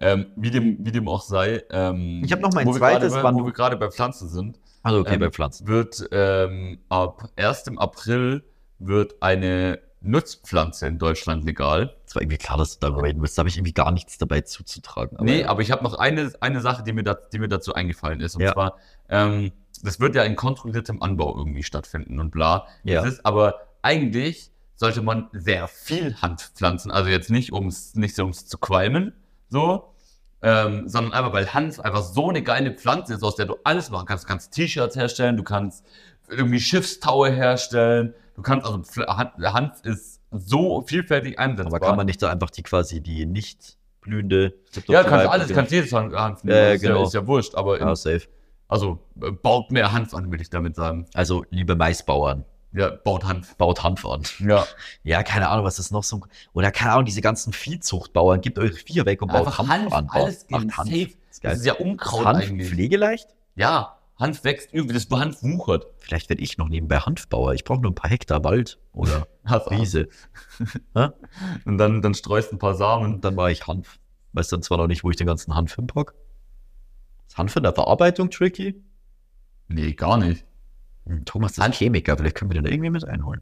B: Ähm, wie, dem, wie dem auch sei. Ähm,
A: Ich hab noch mein
B: wo wir gerade
A: zweites,
B: bei-
A: wann
B: Wo
A: du-
B: wir gerade bei Pflanzen sind,
A: Also okay,
B: Ähm,
A: bei Pflanzen.
B: wird ähm, ab 1. April wird eine Nutzpflanze in Deutschland legal.
A: Es war irgendwie klar, dass du darüber reden willst. Da habe ich irgendwie gar nichts dabei zuzutragen.
B: Aber nee, aber ich habe noch eine, eine Sache, die mir, da, die mir dazu eingefallen ist. Und
A: Ja.
B: zwar, ähm, das wird ja in kontrolliertem Anbau irgendwie stattfinden und bla.
A: Ja.
B: Das ist aber eigentlich sollte man sehr viel Hanfpflanzen, also jetzt nicht ums, nicht so ums zu qualmen, so, ähm, sondern einfach, weil Hanf einfach so eine geile Pflanze ist, aus der du alles machen kannst. Du kannst T-Shirts herstellen, du kannst irgendwie Schiffstaue herstellen, du kannst, also Pfl- Han- Hanf ist so vielfältig einsetzbar.
A: aber kann man nicht da einfach die quasi die nicht blühende.
B: ja, kannst du alles, kannst jedes Hand- Hanf nehmen,
A: Ja,
B: ist, ja,
A: genau.
B: ist ja wurscht, aber
A: Ja,
B: in,
A: safe.
B: also äh, baut mehr Hanf an, will ich damit sagen.
A: Also, liebe Maisbauern,
B: Ja, baut Hanf.
A: baut Hanf an.
B: Ja,
A: Ja, keine Ahnung, was ist noch so. Oder keine Ahnung, diese ganzen Viehzuchtbauern, gebt eure Viecher weg und baut
B: einfach
A: Hanf,
B: Hanf,
A: an.
B: alles
A: Macht
B: geht
A: Hanf.
B: safe.
A: Ist geil.
B: Das ist ja Unkraut
A: Hanf
B: eigentlich.
A: pflegeleicht?
B: Ja, Hanf wächst irgendwie, das Hanf wuchert.
A: Vielleicht werde ich noch nebenbei Hanfbauer. Ich brauche nur ein paar Hektar Wald oder
B: Hast Hanf.
A: Wiese.
B: Und dann, dann streust ein paar Samen.
A: Und dann war ich Hanf. Weiß dann zwar noch nicht, wo ich den ganzen Hanf hinpack. Ist Hanf in der Verarbeitung tricky?
B: Nee, gar nicht.
A: Hm, Thomas ist
B: Hanf-
A: Chemiker, vielleicht können wir den irgendwie mit einholen.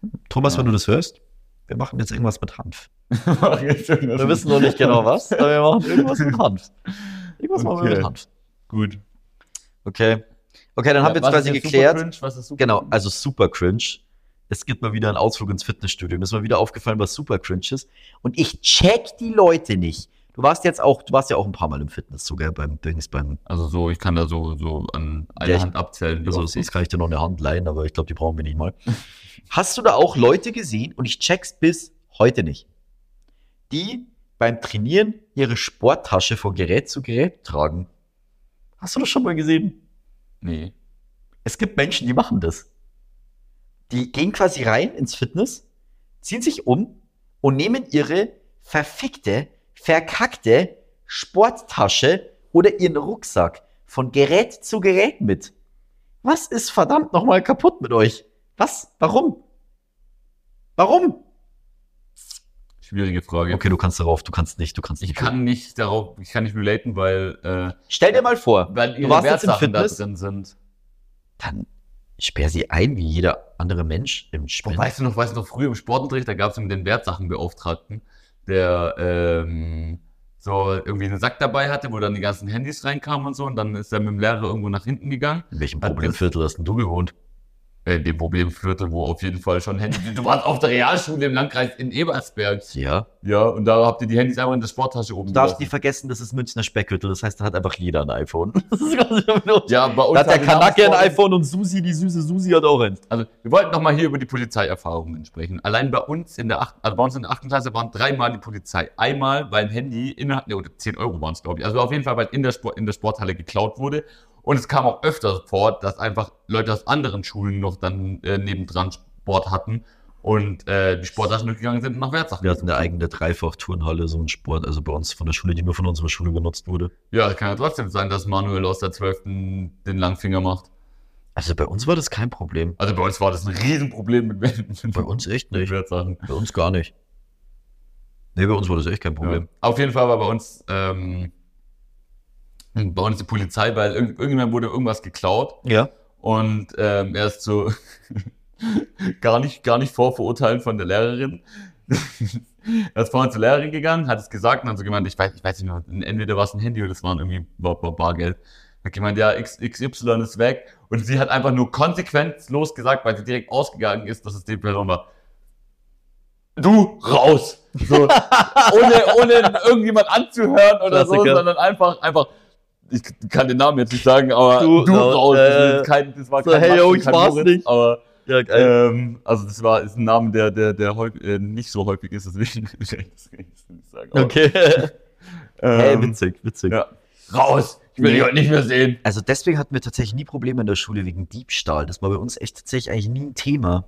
A: Hm, Thomas,
B: Ja.
A: wenn du das hörst, wir machen jetzt irgendwas mit Hanf.
B: wir
A: Wir wissen noch nicht genau was, aber wir machen irgendwas mit Hanf. Irgendwas machen wir
B: Okay.
A: mit Hanf.
B: Gut.
A: Okay. Okay, dann haben wir jetzt quasi geklärt. Genau, also super cringe. Es gibt mal wieder einen Ausflug ins Fitnessstudio. Mir ist mal wieder aufgefallen, was super cringe ist. Und ich check die Leute nicht. Du warst jetzt auch, du warst ja auch ein paar Mal im Fitness, sogar beim Dings, beim.
B: Also so, ich kann da so, so an
A: Ja,
B: einer
A: ich-
B: Hand abzählen. wie
A: Also,
B: oft ich-
A: sonst kann ich dir noch eine Hand leihen, aber ich glaube, die brauchen wir nicht mal. Hast du da auch Leute gesehen, und ich check's bis heute nicht, die beim Trainieren ihre Sporttasche von Gerät zu Gerät tragen? Hast du das schon mal gesehen?
B: Nee.
A: Es gibt Menschen, die machen das. Die gehen quasi rein ins Fitness, ziehen sich um und nehmen ihre verfickte, verkackte Sporttasche oder ihren Rucksack von Gerät zu Gerät mit. Was ist verdammt nochmal kaputt mit euch? Was? Warum? Warum?
B: Schwierige Frage.
A: Okay, du kannst darauf, du kannst nicht, du kannst
B: Ich
A: nicht.
B: kann nicht darauf, ich kann nicht relaten, weil, äh,
A: Stell dir mal vor,
B: weil ihre
A: warst jetzt im
B: Wertsachen da
A: Fitness?
B: drin sind.
A: dann sperr sie ein wie jeder andere Mensch im Spiel.
B: Boah, weißt du noch, weißt du noch, früher im Sportunterricht, da gab es den Wertsachenbeauftragten, der ähm, so irgendwie einen Sack dabei hatte, wo dann die ganzen Handys reinkamen und so, und dann ist er mit dem Lehrer irgendwo nach hinten gegangen.
A: In welchem
B: Hat
A: Problemviertel hast denn du gewohnt?
B: Äh, dem Problem führte, wo auf jeden Fall schon Handys. Du warst auf der Realschule im Landkreis in Ebersberg.
A: Ja.
B: Ja, und da habt ihr die Handys einfach in der Sporttasche oben
A: Du darfst nicht
B: gelassen.
A: vergessen, das ist Münchner Speckgürtel. Das heißt, da hat einfach jeder ein iPhone. Das ist ganz verrückt.
B: Ja, bei uns
A: da hat der
B: hatte damals
A: Kanake ein
B: vor-
A: iPhone und Susi, die süße Susi, hat auch eins.
B: Also, wir wollten nochmal hier über die Polizeierfahrungen sprechen. Allein bei uns in der achten, also bei uns in der achten Klasse waren dreimal die Polizei. Einmal, weil ein Handy innerhalb, ne, oder 10 Euro waren es, glaube ich. Also auf jeden Fall, weil in der, Sport, in der Sporthalle geklaut wurde. Und es kam auch öfter vor, dass einfach Leute aus anderen Schulen noch dann äh, nebendran Sport hatten und äh, die Sportsachen durchgegangen sind und nach Wertsachen.
D: Wir hatten eine eigene Dreifach-Turnhalle, so ein Sport, also bei uns von der Schule, die nur von unserer Schule genutzt wurde.
B: Ja, es kann ja trotzdem sein, dass Manuel aus der 12. den Langfinger macht.
D: Also bei uns war das kein Problem.
B: Also bei uns war das ein Riesenproblem mit, mit,
D: Bei uns echt
B: mit
D: nicht.
B: Wertsachen.
D: Bei uns gar nicht. Nee, bei uns war das echt kein Problem.
B: Ja. Auf jeden Fall war bei uns, ähm, bei uns die Polizei, weil irg irgendwann wurde irgendwas geklaut
D: Ja.
B: und ähm, er ist so gar nicht, gar nicht vorverurteilen von der Lehrerin. er ist vorhin zur Lehrerin gegangen, hat es gesagt und dann so gemeint, ich weiß, ich weiß nicht mehr, entweder war es ein Handy oder es waren irgendwie war, war Bargeld. Hat gemeint, ja, X- XY ist weg. Und sie hat einfach nur konsequenzlos gesagt, weil sie direkt ausgegangen ist, dass es die Person war. Du raus! So, ohne, ohne irgendjemand anzuhören oder so,
D: Klassiker.
B: sondern einfach, einfach, ich kann den Namen jetzt nicht sagen, aber
D: Du
B: du,
D: raus,
B: raus. das,
D: äh,
B: ist kein, das war
D: so,
B: kein
D: hey,
B: Max
D: yo,
B: und
D: ich
B: kein
D: war's
B: Moritz,
D: nicht.
B: Aber
D: Ja, geil.
B: ähm, also das war ist ein Name, der, der, der häufig, äh, nicht so häufig ist, deswegen kann ich das nicht sagen. Aber,
D: okay.
B: ähm,
D: hey, witzig, witzig.
B: ja. Raus! Ich will dich heute nicht mehr sehen.
A: Also deswegen hatten wir tatsächlich nie Probleme in der Schule wegen Diebstahl. Das war bei uns echt tatsächlich eigentlich nie ein Thema.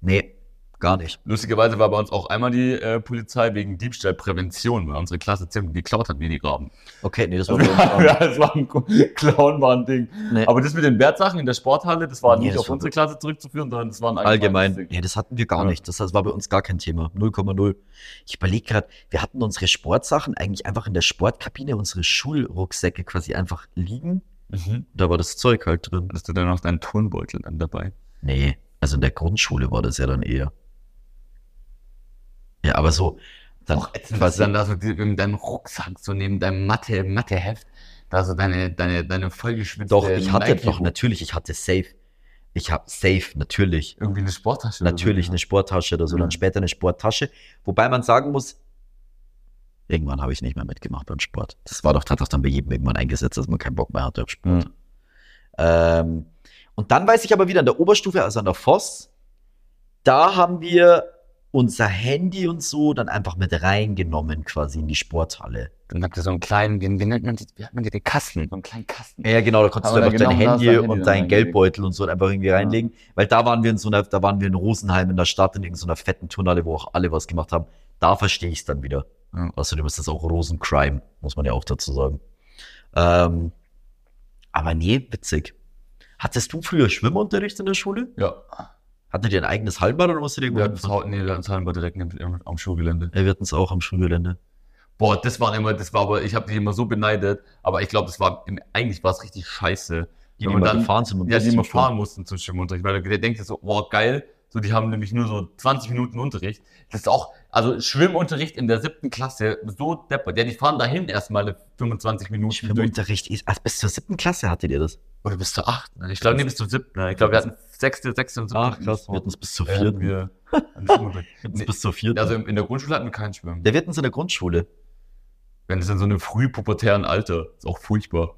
A: Nee, gar nicht.
B: Lustigerweise war bei uns auch einmal die äh, Polizei wegen Diebstahlprävention, weil unsere Klasse ziemlich geklaut hat wie die Graben.
A: Okay, nee, das war bei uns auch
B: Also, ja, das war ein Ko- Clown war ein Ding.
A: Nee.
B: Aber das mit den Wertsachen in der Sporthalle, das war
A: Nee,
B: nicht
A: das
B: auf
A: war-
B: unsere Klasse zurückzuführen, sondern das war ein
D: Allgemein.
B: allgemeines Ding.
A: Nee, das hatten wir gar
B: Ja.
A: nicht. Das das war bei uns gar kein Thema. 0,0. Ich überlege gerade, wir hatten unsere Sportsachen eigentlich einfach in der Sportkabine, unsere Schulrucksäcke quasi einfach liegen.
B: Mhm.
D: Da war das Zeug halt drin.
B: Hattest du dann noch deinen Turnbeutel dann dabei?
A: Nee, also in der Grundschule war das ja dann eher. Ja, aber so, dann
B: Was
A: quasi,
B: dann da so die- in deinem Rucksack, so neben deinem Mathe, Matheheft, da so deine, deine, deine vollgeschwitzte.
A: doch, ich hatte
B: Nike-
A: doch, natürlich, ich hatte safe. Ich habe safe, natürlich.
B: Irgendwie eine Sporttasche. oder so.
A: Natürlich eine Sporttasche oder so,
B: Mhm.
A: dann später eine Sporttasche. Wobei man sagen muss, irgendwann habe ich nicht mehr mitgemacht beim Sport. Das war doch, hat doch dann bei jedem irgendwann eingesetzt, dass man keinen Bock mehr hatte auf Sport.
B: Mhm.
A: Ähm, und dann weiß ich aber wieder an der Oberstufe, also an der Voss, da haben wir unser Handy und so dann einfach mit reingenommen quasi in die Sporthalle.
B: Dann habt ihr so einen kleinen, wie, wie nennt man die, wie hat man die, den Kasten? So einen kleinen Kasten.
A: Ja, genau, da konntest
B: Aber
A: du einfach
B: da
A: dein
B: genau da hast
A: Handy
B: du dein Handy
A: und
B: dann
A: deinen
B: reingelegt.
A: Geldbeutel und so einfach irgendwie reinlegen, weil da waren wir in so einer, da waren wir in Rosenheim in der Stadt in irgendeiner fetten Turnhalle, wo auch alle was gemacht haben. Da verstehe ich es dann wieder.
B: Ja.
A: Außerdem ist das auch Rosencrime, muss man ja auch dazu sagen. Ähm, aber nee, witzig. Hattest du früher Schwimmunterricht in der Schule?
B: Ja.
A: Hattet ihr ein eigenes Hallenbad oder musstet ihr
B: Wir
A: irgendwo
B: hatten es
A: hinfahren?
B: hau- nee, wir hatten's halt immer direkt im, im, am Schulgelände.
A: Ja, wir hatten es auch am Schulgelände.
B: Boah, das waren immer, das war aber, ich habe die immer so beneidet, aber ich glaube, das war, im, eigentlich war es richtig scheiße.
A: Die, die
B: Wenn man
A: mal
B: dann-
A: gefahren sind. mit
B: Ja,
A: dem
B: die immer
A: Schwimmen.
B: fahren mussten zum Schwimmunterricht, weil der denkt jetzt so, wow, geil, so die haben nämlich nur so 20 Minuten Unterricht. Das ist auch, also Schwimmunterricht in der siebten Klasse, so deppert. Ja, die fahren dahin erstmal 25 Minuten durch.
A: Schwimmunterricht ist, also bis zur siebten Klasse hattet ihr das?
B: Oder bis zur achten. Ich glaube, nee, bis zur siebten. Ich glaube, wir hatten sechste, sechste und siebte.
A: Wir hatten es bis zur
B: Äh, hatten
A: vierten.
B: wir einen Schwimmunterricht.
A: Wir hatten es
B: nee,
A: bis zur vierten.
B: also in in der Grundschule hatten wir keinen Schwimmen.
A: Der wird uns in der Grundschule.
B: Wenn es in so einem frühpubertären Alter, ist auch furchtbar.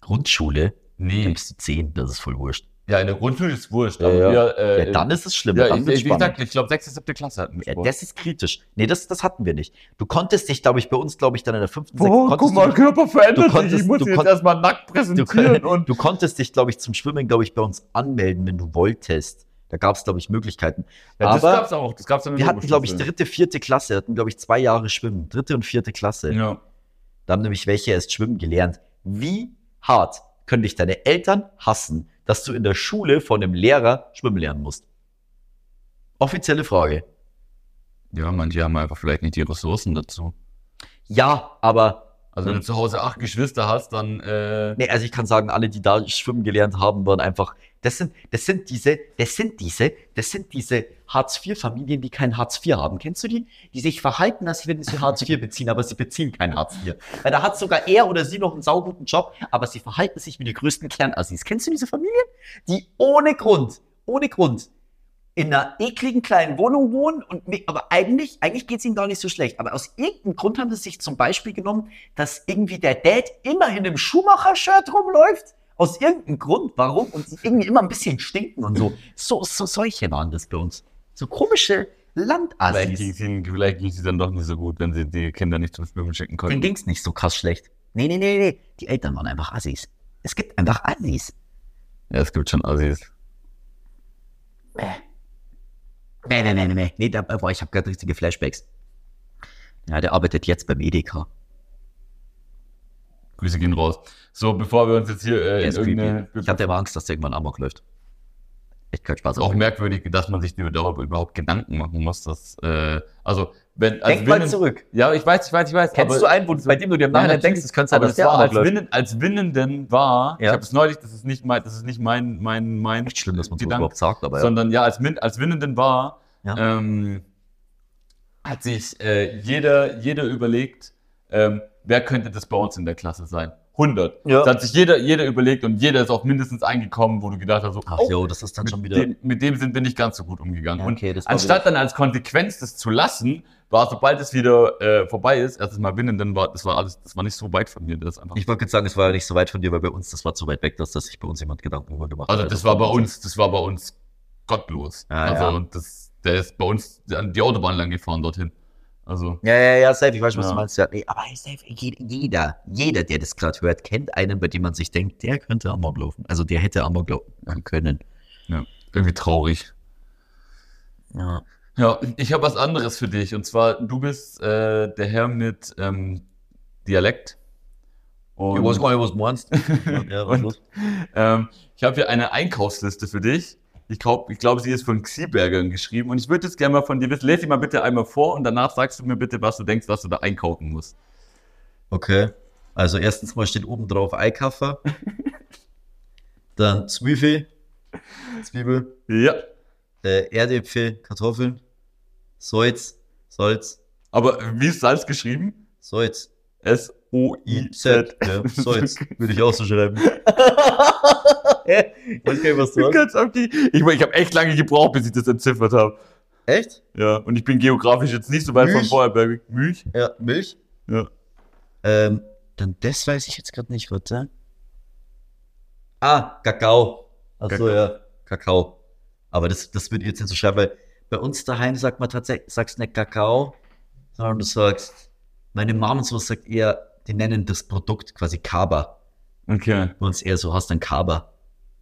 A: Grundschule? Dann
B: Nee.
A: bist du zehn, das ist voll wurscht.
B: Ja, in der Grundschule ist wurscht.
A: Ja,
B: aber
A: ja.
B: wir, äh,
A: ja, dann ist es schlimm,
B: ja,
A: dann
B: ich,
A: wird's
B: ich, wie
A: spannend.
B: gesagt, ich glaube, sechste, siebte Klasse hatten wir
A: ja,
B: Sport.
A: das ist kritisch. Nee, das, das hatten wir nicht. Du konntest dich, glaube ich, bei uns, glaube ich, dann in der fünften,
B: Boah,
A: sechsten-
B: guck mal,
A: konntest
B: Körper verändert
A: du konntest-
B: sich. Ich muss
A: du
B: ihn jetzt
A: kon-
B: erstmal nackt
A: du,
B: präsentieren
A: du,
B: und.
A: du konntest dich, glaube ich, zum Schwimmen, glaube ich, bei uns anmelden, wenn du wolltest. Da gab es, glaube ich, Möglichkeiten.
B: Ja, das
A: aber
B: gab's auch. Das gab's dann in
A: Wir
B: der
A: hatten, glaube ich,
B: Oberstufe.
A: dritte, vierte Klasse, hatten, glaube ich, zwei Jahre Schwimmen. Dritte und vierte Klasse.
B: Ja.
A: Da haben nämlich welche erst schwimmen gelernt. Wie hart können dich deine Eltern hassen, dass du in der Schule von einem Lehrer schwimmen lernen musst? Offizielle Frage.
B: ja, manche haben einfach vielleicht nicht die Ressourcen dazu.
A: Ja, aber,
B: Also, wenn du zu Hause acht Geschwister hast, dann. Äh,
A: nee, also ich kann sagen, alle, die da schwimmen gelernt haben, waren einfach, das sind, das sind diese, das sind diese, das sind diese Hartz-IV-Familien, die kein Hartz-IV haben. Kennst du die? Die sich verhalten, als würden sie Hartz-IV beziehen, aber sie beziehen kein Hartz-IV. Weil da hat sogar er oder sie noch einen sauguten Job, aber sie verhalten sich wie die größten Kernassis. Kennst du diese Familien? Die ohne Grund, ohne Grund in einer ekligen kleinen Wohnung wohnen und mi- aber eigentlich, eigentlich geht es ihnen gar nicht so schlecht. Aber aus irgendeinem Grund haben sie sich zum Beispiel genommen, dass irgendwie der Dad immer in einem Schumacher-Shirt rumläuft. Aus irgendeinem Grund, warum? Und sie irgendwie immer ein bisschen stinken und so. So, so solche waren das bei uns. So komische
B: vielleicht ging
A: Landassis.
B: es ihnen vielleicht ging's ihnen dann doch nicht so gut, wenn sie die Kinder nicht zum Schwimmen schicken
A: Denen
B: konnten.
A: ging's nicht so krass schlecht. Nee, nee, nee, nee. Die Eltern waren einfach Assis. Es gibt einfach Assis.
E: Ja, es gibt schon Assis.
A: Nee, nee, nee, nee, nee. nee da, boah, ich habe gerade richtige Flashbacks. Ja, der arbeitet jetzt beim Edeka.
E: Grüße gehen raus. So, bevor wir uns jetzt hier äh,
A: Der
E: in
A: ist creepy.
E: irgendeine.
A: Ich hatte immer Angst, dass der irgendwann Amok läuft. Echt kein Spaß.
B: Ist auch merkwürdig, dass man sich darüber überhaupt Gedanken machen muss, dass, äh, also, wenn, also,
A: Denk
B: wenn
A: mal
B: ein-
A: zurück.
B: Ja, ich weiß, ich weiß, ich weiß.
A: Kennst
B: aber-
A: du einen, wo, bei dem du dir im
B: Nein,
A: Nachhinein
B: natürlich.
A: denkst, es könnte sein,
B: Aber
A: dass
B: das
A: der
B: war halt
A: Amok
B: als,
A: läuft?
B: Winnen, als Winnenden war, ich
A: Ja.
B: habe es neulich, das ist nicht mein, das ist nicht mein, mein, mein
A: Echt schlimm, dass man sowas
B: Gedanke,
A: überhaupt sagt, aber ja.
B: sondern ja, als, Min, als Winnenden war,
A: Ja.
B: ähm, hat sich äh, jeder, jeder überlegt, ähm, wer könnte das bei uns in der Klasse sein? 100.
A: Ja.
B: Das hat sich jeder, jeder überlegt und jeder ist auch mindestens eingekommen, wo du gedacht hast, so,
A: Ach
B: oh,
A: jo, das ist dann schon
B: mit,
A: wieder.
B: dem, mit dem sind wir nicht ganz so gut umgegangen.
A: Ja,
B: Und
A: okay, das war
B: Anstatt dann als Konsequenz das zu lassen, war sobald es wieder äh, vorbei ist, erstes Mal binnen, dann war das war alles, das war nicht so weit von mir, das einfach.
A: Ich wollte gerade sagen, es war ja nicht so weit von dir, weil bei uns, das war zu weit weg, dass das sich bei uns jemand Gedanken darüber gemacht
B: also
A: hat.
B: das war bei uns, das war bei uns gottlos.
A: Ah, Ja,
B: also
A: ja.
B: und das, der ist bei uns an die Autobahn lang gefahren dorthin. Also
A: Ja, ja, ja, safe, ich weiß, was
B: Ja.
A: du meinst. Ja, nee, aber safe, je- jeder, jeder, der das gerade hört, kennt einen, bei dem man sich denkt, der könnte Amok laufen. Also der hätte Amok laufen können.
B: irgendwie traurig.
A: Ja.
B: Ja, ich habe was anderes für dich und zwar du bist äh, der Herr mit ähm, Dialekt. Und
A: was meinst Ja, was
B: Und-
A: los?
B: Ähm, ich habe hier eine Einkaufsliste für dich. Ich glaube, ich glaub, sie ist von Xiebergern geschrieben und ich würde jetzt gerne mal von dir wissen. Lese sie mal bitte einmal vor und danach sagst du mir bitte, was du denkst, was du da einkaufen musst.
A: Okay. Also erstens mal steht oben drauf Eikaffer. Dann Zwiebel. Zwiebel.
B: Ja,
A: Äh, Erdäpfel, Kartoffeln. Salz. Salz.
B: aber wie ist Salz geschrieben?
A: Salz.
B: S-O-I-Z.
A: Ja, Salz. Würde ich auch so schreiben. okay, was
B: Du kannst auf die- Ich, mein, ich habe echt lange gebraucht, bis ich das entziffert habe.
A: Echt?
B: Ja, und ich bin geografisch jetzt nicht so weit von
A: Milch?
B: Vorarlberg. Milch?
A: Ja, Milch.
B: Ja.
A: Ähm, dann das weiß ich jetzt gerade nicht, warte. Ah, Kakao. Achso,
B: Kakao.
A: ja, Kakao. Aber das, das würde ich jetzt nicht so schreiben, weil bei uns daheim sagt man tatsächlich, sagst nicht Kakao, sondern du sagst, meine Mom und sowas sagt eher, die nennen das Produkt quasi Kaba.
B: Okay.
A: Bei uns eher so hast dann Kaba.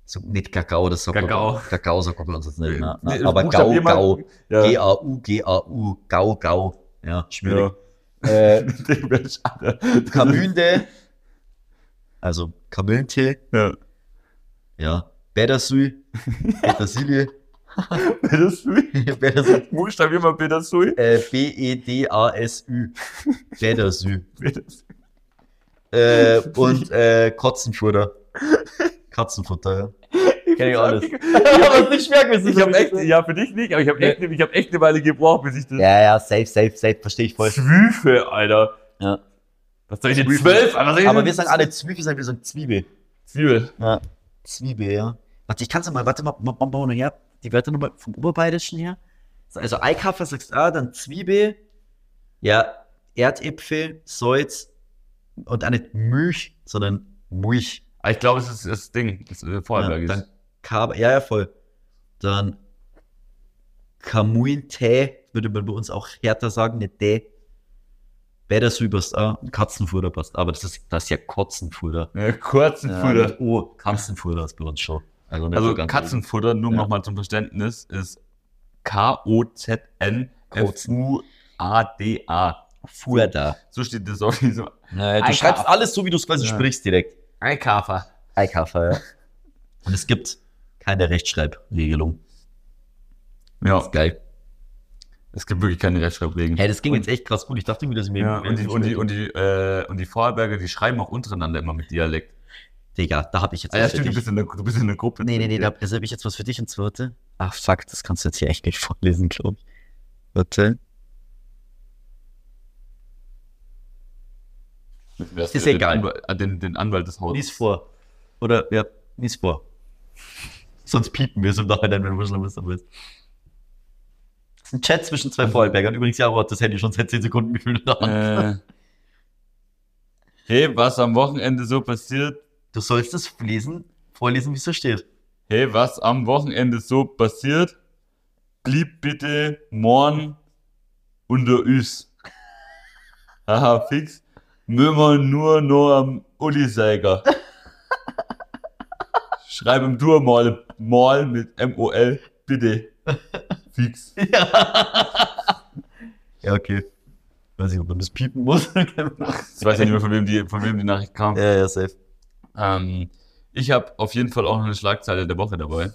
A: So nicht Kakao, das sagt
B: Kakao.
A: Man, Kakao sagt man bei uns jetzt nicht. Na,
B: Nee,
A: na, aber Gau,
B: buchstabier mal-
A: Gau.
B: Ja.
A: G-A-U, G-A-U, Gau, Gau. Ja, schwierig.
B: ja.
A: Äh,
B: Der wäre schade.
A: Kamünde. Also Kamillentee,
B: Ja.
A: ja. Bädersui, Petersilie,
B: Petersuy.
A: Bädersui,
B: Buchstabier mal Petersuy.
A: äh, B-E-D-A-S-Ü, Bädersui.
B: Petersuy.
A: Äh, und äh, Kotzenfutter. Katzenfutter, ja. Kenn ich alles. Ich hab es nicht merken müssen.
B: Ich habe echt, ja, für dich nicht, aber ich habe echt, ich hab echt eine Weile gebraucht, bis ich das.
A: Ja, ja, safe, safe, safe, verstehe ich voll.
B: Zwüfe, Alter.
A: Ja.
B: Was soll ich denn?
A: Zwüfe.
B: Zwölf? Alter, Was soll ich
A: Aber
B: denn-
A: wir sagen alle Zwiebel, sondern wir sagen Zwiebel.
B: Zwiebel.
A: Ja. Zwiebel, ja. Warte, ich kann's ja mal, warte mal, mal, mal, mal her. Die Wörter nochmal vom Oberbayerischen her. So, Also Eikaffer sagst du, ah, dann Zwiebel, ja, Erdäpfel, Salz und auch nicht Milch, sondern Mulch.
B: Ah, ich glaube, es ist das Ding. Das ist
A: Ja,
B: Vorarlberg ist.
A: dann Kab ja, ja, voll. Dann Kamuin-Tee, würde man bei uns auch härter sagen, nicht Tee. Bädersü passt auch, und ah, Katzenfutter passt auch, aber das ist, das ist ja Kotzenfutter.
B: Ja, Katzenfutter.
A: Ja, oh, Katzenfutter ist bei uns schon. Also, nicht
B: also
A: so ganz
B: Katzenfutter, nur um
A: Ja.
B: nochmal zum Verständnis, ist K-O-Z-N-F-U-A-D-A.
A: Fuerda.
B: So steht das auf diesem.
A: Naja, du
B: Einkaufen.
A: schreibst alles so, wie du es quasi
B: Ja.
A: sprichst direkt.
B: Eikafer.
A: Eikaffer, ja. Und es gibt keine Rechtschreibregelung.
B: Ja,
A: Geil.
B: es gibt wirklich keine Rechtschreibregeln.
A: Hey, das ging jetzt echt krass gut. Ich dachte mir, dass ich mir.
B: Ja, und die, und die, und die, äh, und die Vorarlberger, die schreiben auch untereinander immer mit Dialekt.
A: Digga, da habe ich jetzt
B: Ah, ja,
A: was für
B: stimmt, du
A: dich.
B: bist, in der, du bist in der Gruppe.
A: Nee, nee, nee, da
B: Ja.
A: also habe ich jetzt was für dich und zweite. Ach, fuck, das kannst du jetzt hier echt nicht vorlesen, glaube ich. Warte.
B: Ist
A: Ist
B: den
A: egal.
B: Anwalt- äh, den, den Anwalt des Hauses.
A: Lies vor. Oder, ja, lies vor. Sonst piepen wir es im Nachhinein, wenn du Muscheln bist. Aber jetzt- Das ist ein Chat zwischen zwei Vorarlbergern. Übrigens, ja, hat das Handy schon seit 10 Sekunden gefühlt. in der Hand.
B: Äh, hey, was am Wochenende so passiert?
A: Du sollst es lesen, vorlesen, wie es da steht.
B: Hey, was am Wochenende so passiert? Blieb bitte morgen unter uns. Haha, fix. Mögen wir nur noch am Uli Seiger. Schreib im Dur mal, mal mit M-O-L, bitte. Fix.
F: Ja, okay. Weiß nicht, ob man das piepen muss.
B: Ich weiß ja nicht mehr, von wem die, von wem die Nachricht kam.
A: Ja, ja, safe.
B: Ähm, ich habe auf jeden Fall auch noch eine Schlagzeile der Woche dabei.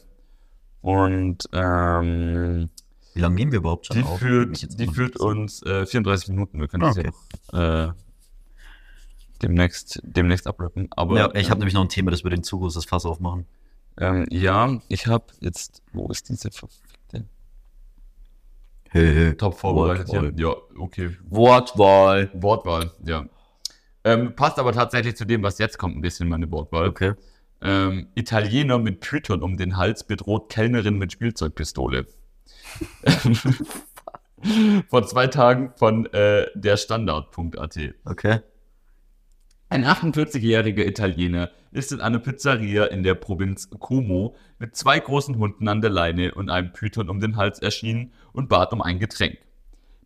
B: Und ähm,
F: Wie lange gehen wir überhaupt schon
B: die
F: auf? Mich jetzt
B: führt, die
F: mal
B: führt
F: interessieren.
B: uns äh, 34 Minuten. Wir können das
F: Okay.
B: ja noch äh, demnächst, demnächst abrappen. Aber
A: Ja,
F: Ja, ich habe nämlich noch ein Thema, das wir den Zugus das Fass aufmachen.
B: ähm, ja, ich habe jetzt. Wo ist diese verfickte?
F: Hey, hey.
B: Top vorbereitet.
F: Wortwahl.
B: Ja, ja, okay.
G: Wortwahl. Wortwahl.
B: Ja. Ähm, passt aber tatsächlich zu dem, was jetzt kommt, ein bisschen meine Wortwahl.
F: Okay.
B: Ähm, Italiener mit Python um den Hals bedroht Kellnerin mit Spielzeugpistole. Vor zwei Tagen von äh, der Standard.at.
A: Okay.
B: Ein 48-jähriger Italiener ist in einer Pizzeria in der Provinz Como mit zwei großen Hunden an der Leine und einem Python um den Hals erschienen und bat um ein Getränk.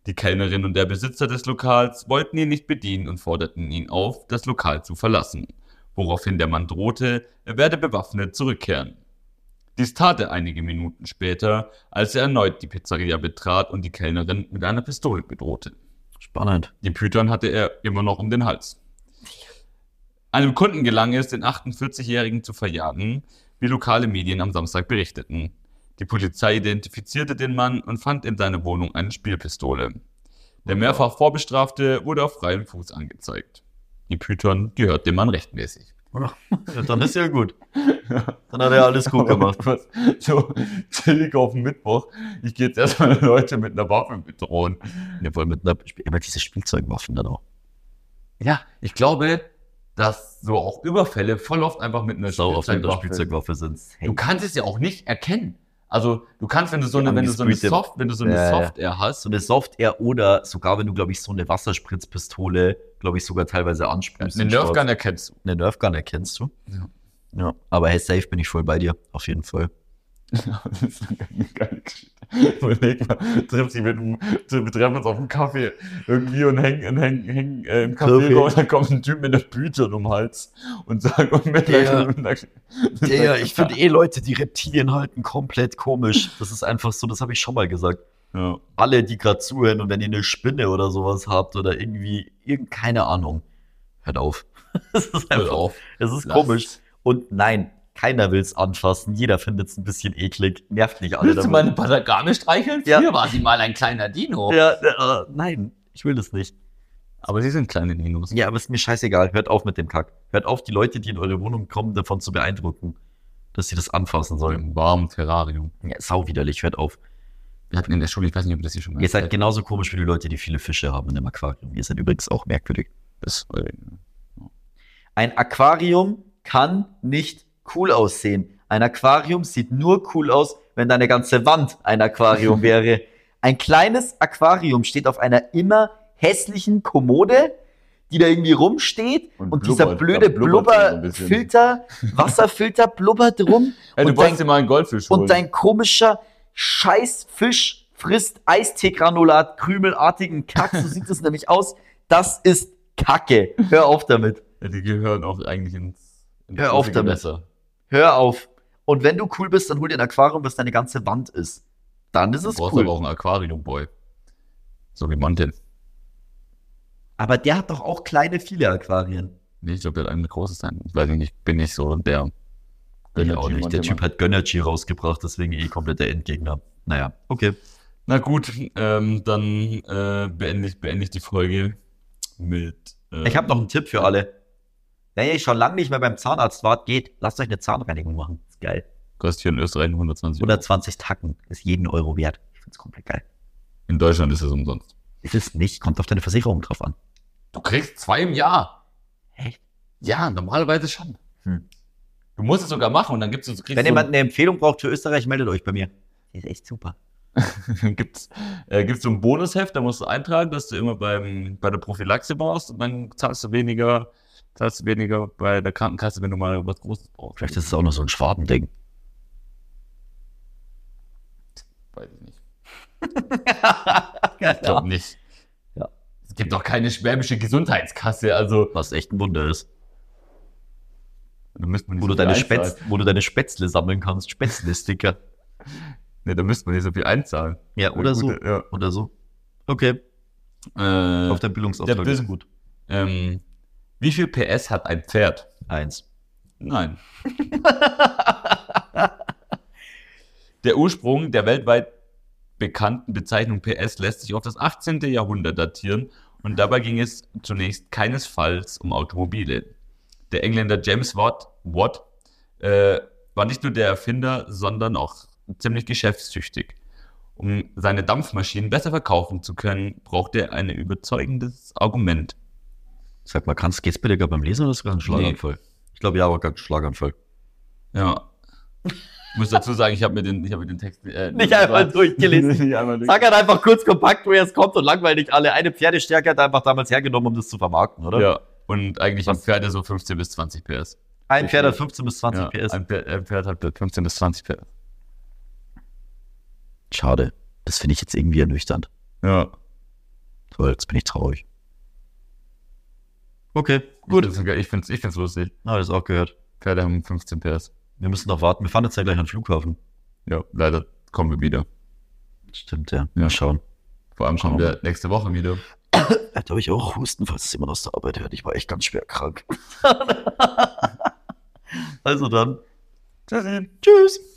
B: Die Kellnerin und der Besitzer des Lokals wollten ihn nicht bedienen und forderten ihn auf, das Lokal zu verlassen, woraufhin der Mann drohte, er werde bewaffnet zurückkehren. Dies tat er einige Minuten später, als er erneut die Pizzeria betrat und die Kellnerin mit einer Pistole bedrohte.
F: Spannend.
B: Den Python hatte er immer noch um den Hals. Einem Kunden gelang es, den 48-Jährigen zu verjagen, wie lokale Medien am Samstag berichteten. Die Polizei identifizierte den Mann und fand in seiner Wohnung eine Spielpistole. Der mehrfach Vorbestrafte wurde auf freiem Fuß angezeigt. Die Python gehört dem Mann rechtmäßig.
A: Ja, dann ist ja gut. Dann hat er alles gut gemacht.
B: Was? So, chillig auf den Mittwoch. Ich gehe jetzt erstmal Leute mit einer Waffe bedrohen.
F: Ja, vor allem mit einer, aber diese Spielzeugwaffen dann auch.
G: Ja,
B: Ich glaube, dass so auch Überfälle voll oft einfach mit einer
F: Sau auf einer Spielzeugwaffe
B: Spielzeugwaffe
F: sind.
G: du kannst es ja auch nicht erkennen. Also du kannst, wenn du so eine, wenn du so eine
A: Angesprühte-
G: Soft, wenn du so eine
A: Ja, ja.
G: Software hast,
A: So eine Soft-Air oder sogar, wenn du, glaube ich, so eine Wasserspritzpistole, glaube ich, sogar teilweise ansprichst.
B: Eine
A: und
B: Nerf
A: schaust.
B: Gun erkennst du.
A: Eine Nerfgun erkennst du.
B: Ja.
A: Ja, aber hey, safe bin ich voll bei dir, auf jeden Fall.
B: Das ist eine geile Geschichte. Überleg mal, trifft sich mit einem, wir treffen uns auf dem Kaffee irgendwie und hängen häng, häng, äh, im Kaffee
A: Kaffee.
B: rum und dann kommt ein Typ mit einer Büte um den Hals und sagt, und mit
A: Der-
B: mit einer-
A: Ja, ich finde eh Leute, die Reptilien halten, komplett komisch. Das ist einfach so, das habe ich schon mal gesagt.
B: Ja.
A: Alle, die gerade zuhören und wenn ihr eine Spinne oder sowas habt oder irgendwie, irgend, keine Ahnung, hört auf. Es ist
G: hör
A: einfach,
G: auf.
A: es ist
G: Lass-
A: komisch. Und nein, keiner will es anfassen. Jeder findet es ein bisschen eklig. Nervt nicht alle.
G: Willst du meine Patagame streicheln?
A: Ja.
G: Früher war sie mal ein kleiner Dino.
A: ja, äh, nein, ich will das nicht.
B: Aber sie sind kleine Dinos.
A: Ja, aber ist mir scheißegal. Hört auf mit dem Kack. Hört auf, die Leute, die in eure Wohnung kommen, davon zu beeindrucken, dass sie das anfassen
B: So
A: sollen.
B: im warmen Terrarium.
A: Ja, sauwiderlich, hört auf.
B: Wir hatten in der Schule, ich weiß nicht, ob das hier schon mal
A: Ihr seid genauso komisch wie die Leute, die viele Fische haben in einem Aquarium. Ihr seid übrigens auch merkwürdig.
B: Das-
A: Ein Aquarium kann nicht cool aussehen. Ein Aquarium sieht nur cool aus, wenn deine ganze Wand ein Aquarium wäre. Ein kleines Aquarium steht auf einer immer hässlichen Kommode, die da irgendwie rumsteht
B: Und
A: und, dieser blöde
B: blubbert. Da blubbert so ein bisschen.
A: Blubberfilter, Wasserfilter blubbert rum
B: Ey, du
A: Und
B: wolltest dir
A: dein-
B: mal einen Goldfisch holen.
A: und dein komischer Scheißfisch frisst Eisteegranulat, krümelartigen Kack, so sieht es nämlich aus. Das ist Kacke. Hör auf damit.
B: Ja, die gehören auch eigentlich ins, ins
A: Hör auf
B: große
A: damit.
B: Gewässer.
A: Hör auf. Und wenn du cool bist, dann hol dir ein Aquarium, was deine ganze Wand ist. Dann ist
B: Du
A: es
B: brauchst
A: cool.
B: aber
A: Aber,
B: auch einen Aquarium-Boy. So wie Monte.
A: der hat doch auch kleine, viele Aquarien.
B: Nee, ich glaube, der hat ein großes sein. Ich weiß nicht, ich bin nicht so der.
A: Ich auch nicht. Der
B: Monte
A: Typ
B: Mann.
A: hat Gönnergy rausgebracht, deswegen eh komplett der Endgegner. Naja, okay.
B: Na gut, ähm, dann äh, beende, ich, beende ich die Folge mit. äh,
A: Ich habe noch einen Tipp für alle. Wenn ihr schon lange nicht mehr beim Zahnarzt wart, geht, lasst euch eine Zahnreinigung machen. Ist geil.
B: Kostet hier in Österreich 120 Euro.
A: 120 Tacken ist jeden Euro wert. Ich find's komplett geil.
B: In Deutschland ist es umsonst.
A: Ist es nicht, kommt auf deine Versicherung drauf an.
G: Du kriegst zwei im Jahr.
A: Echt?
G: Ja, normalerweise schon.
A: Hm.
G: Du musst es sogar machen und dann gibst du, du kriegst
A: Wenn
G: so
A: jemand eine Empfehlung braucht für Österreich, meldet euch bei mir. Die ist echt super.
B: gibt's, äh, gibt's so ein Bonusheft, da musst du eintragen, dass du immer beim, bei der Prophylaxe brauchst und dann zahlst du weniger, zahlst du weniger bei der Krankenkasse, wenn du mal was Großes brauchst.
F: Vielleicht ist es auch noch so ein Schwabending.
G: weiß ich nicht.
B: Ich glaube nicht.
A: Ja.
G: Es gibt doch keine schwäbische Gesundheitskasse, also
F: Was echt ein Wunder ist.
B: Da müsste man nicht
A: Wo du,
B: so viel
A: deine
B: einzahlen.
A: Spätz, wo du deine Spätzle sammeln kannst. Spätzle-Sticker.
B: Nee, da müsste man nicht so viel einzahlen.
A: Ja, oder so.
B: Gut, ja.
A: Oder so. Okay,
B: Äh,
A: auf der Bildungsauftrag
B: der
A: ist
B: Bild-
A: gut.
B: ähm, wie viel PS hat ein Pferd?
A: Eins.
B: Nein. der Ursprung der weltweit bekannten Bezeichnung PS lässt sich auf das 18. Jahrhundert datieren und dabei ging es zunächst keinesfalls um Automobile. Der Engländer James Watt, Watt äh, war nicht nur der Erfinder, sondern auch ziemlich geschäftstüchtig. Um seine Dampfmaschinen besser verkaufen zu können, brauchte er ein überzeugendes Argument.
A: Sag mal, kannst, geht's bitte gar beim Lesen oder ist gerade ein Schlaganfall? Ich glaube, ja, aber gerade ein Schlaganfall.
B: Ja. Ich muss dazu sagen, ich habe mir, den- ich hab mir den Text äh,
H: Nicht einmal durchgelesen.
B: Nicht einmal durch.
H: Sag halt einfach kurz kompakt, woher es kommt und langweilig alle. Eine Pferdestärke hat er einfach damals hergenommen, um das zu vermarkten, oder?
B: Ja. Und eigentlich haben Pferde so 15 bis 20 PS.
H: Ein Pferd hat 15 bis 20
B: Ja,
H: PS.
B: Ein Pferd, ein Pferd hat 15 bis 20 PS.
A: Schade. Das finde ich jetzt irgendwie ernüchternd.
B: Ja.
A: Toll, jetzt bin ich traurig. Okay,
B: Gut.
A: gut.
B: Ich finde es ich find's, ich find's lustig.
A: Na, das auch gehört.
B: Pferde haben 15 PS.
A: Wir müssen noch warten. Wir fahren jetzt ja gleich an den Flughafen.
B: Ja, leider kommen wir wieder.
A: Stimmt, ja.
B: Ja.
A: Mal schauen.
B: Vor allem kommen wir nächste Woche wieder.
A: Da habe ich auch Husten, falls es jemand aus der Arbeit hört. Ich war echt ganz schwer krank.
H: Also dann.
B: Tschüssi.
A: Tschüss.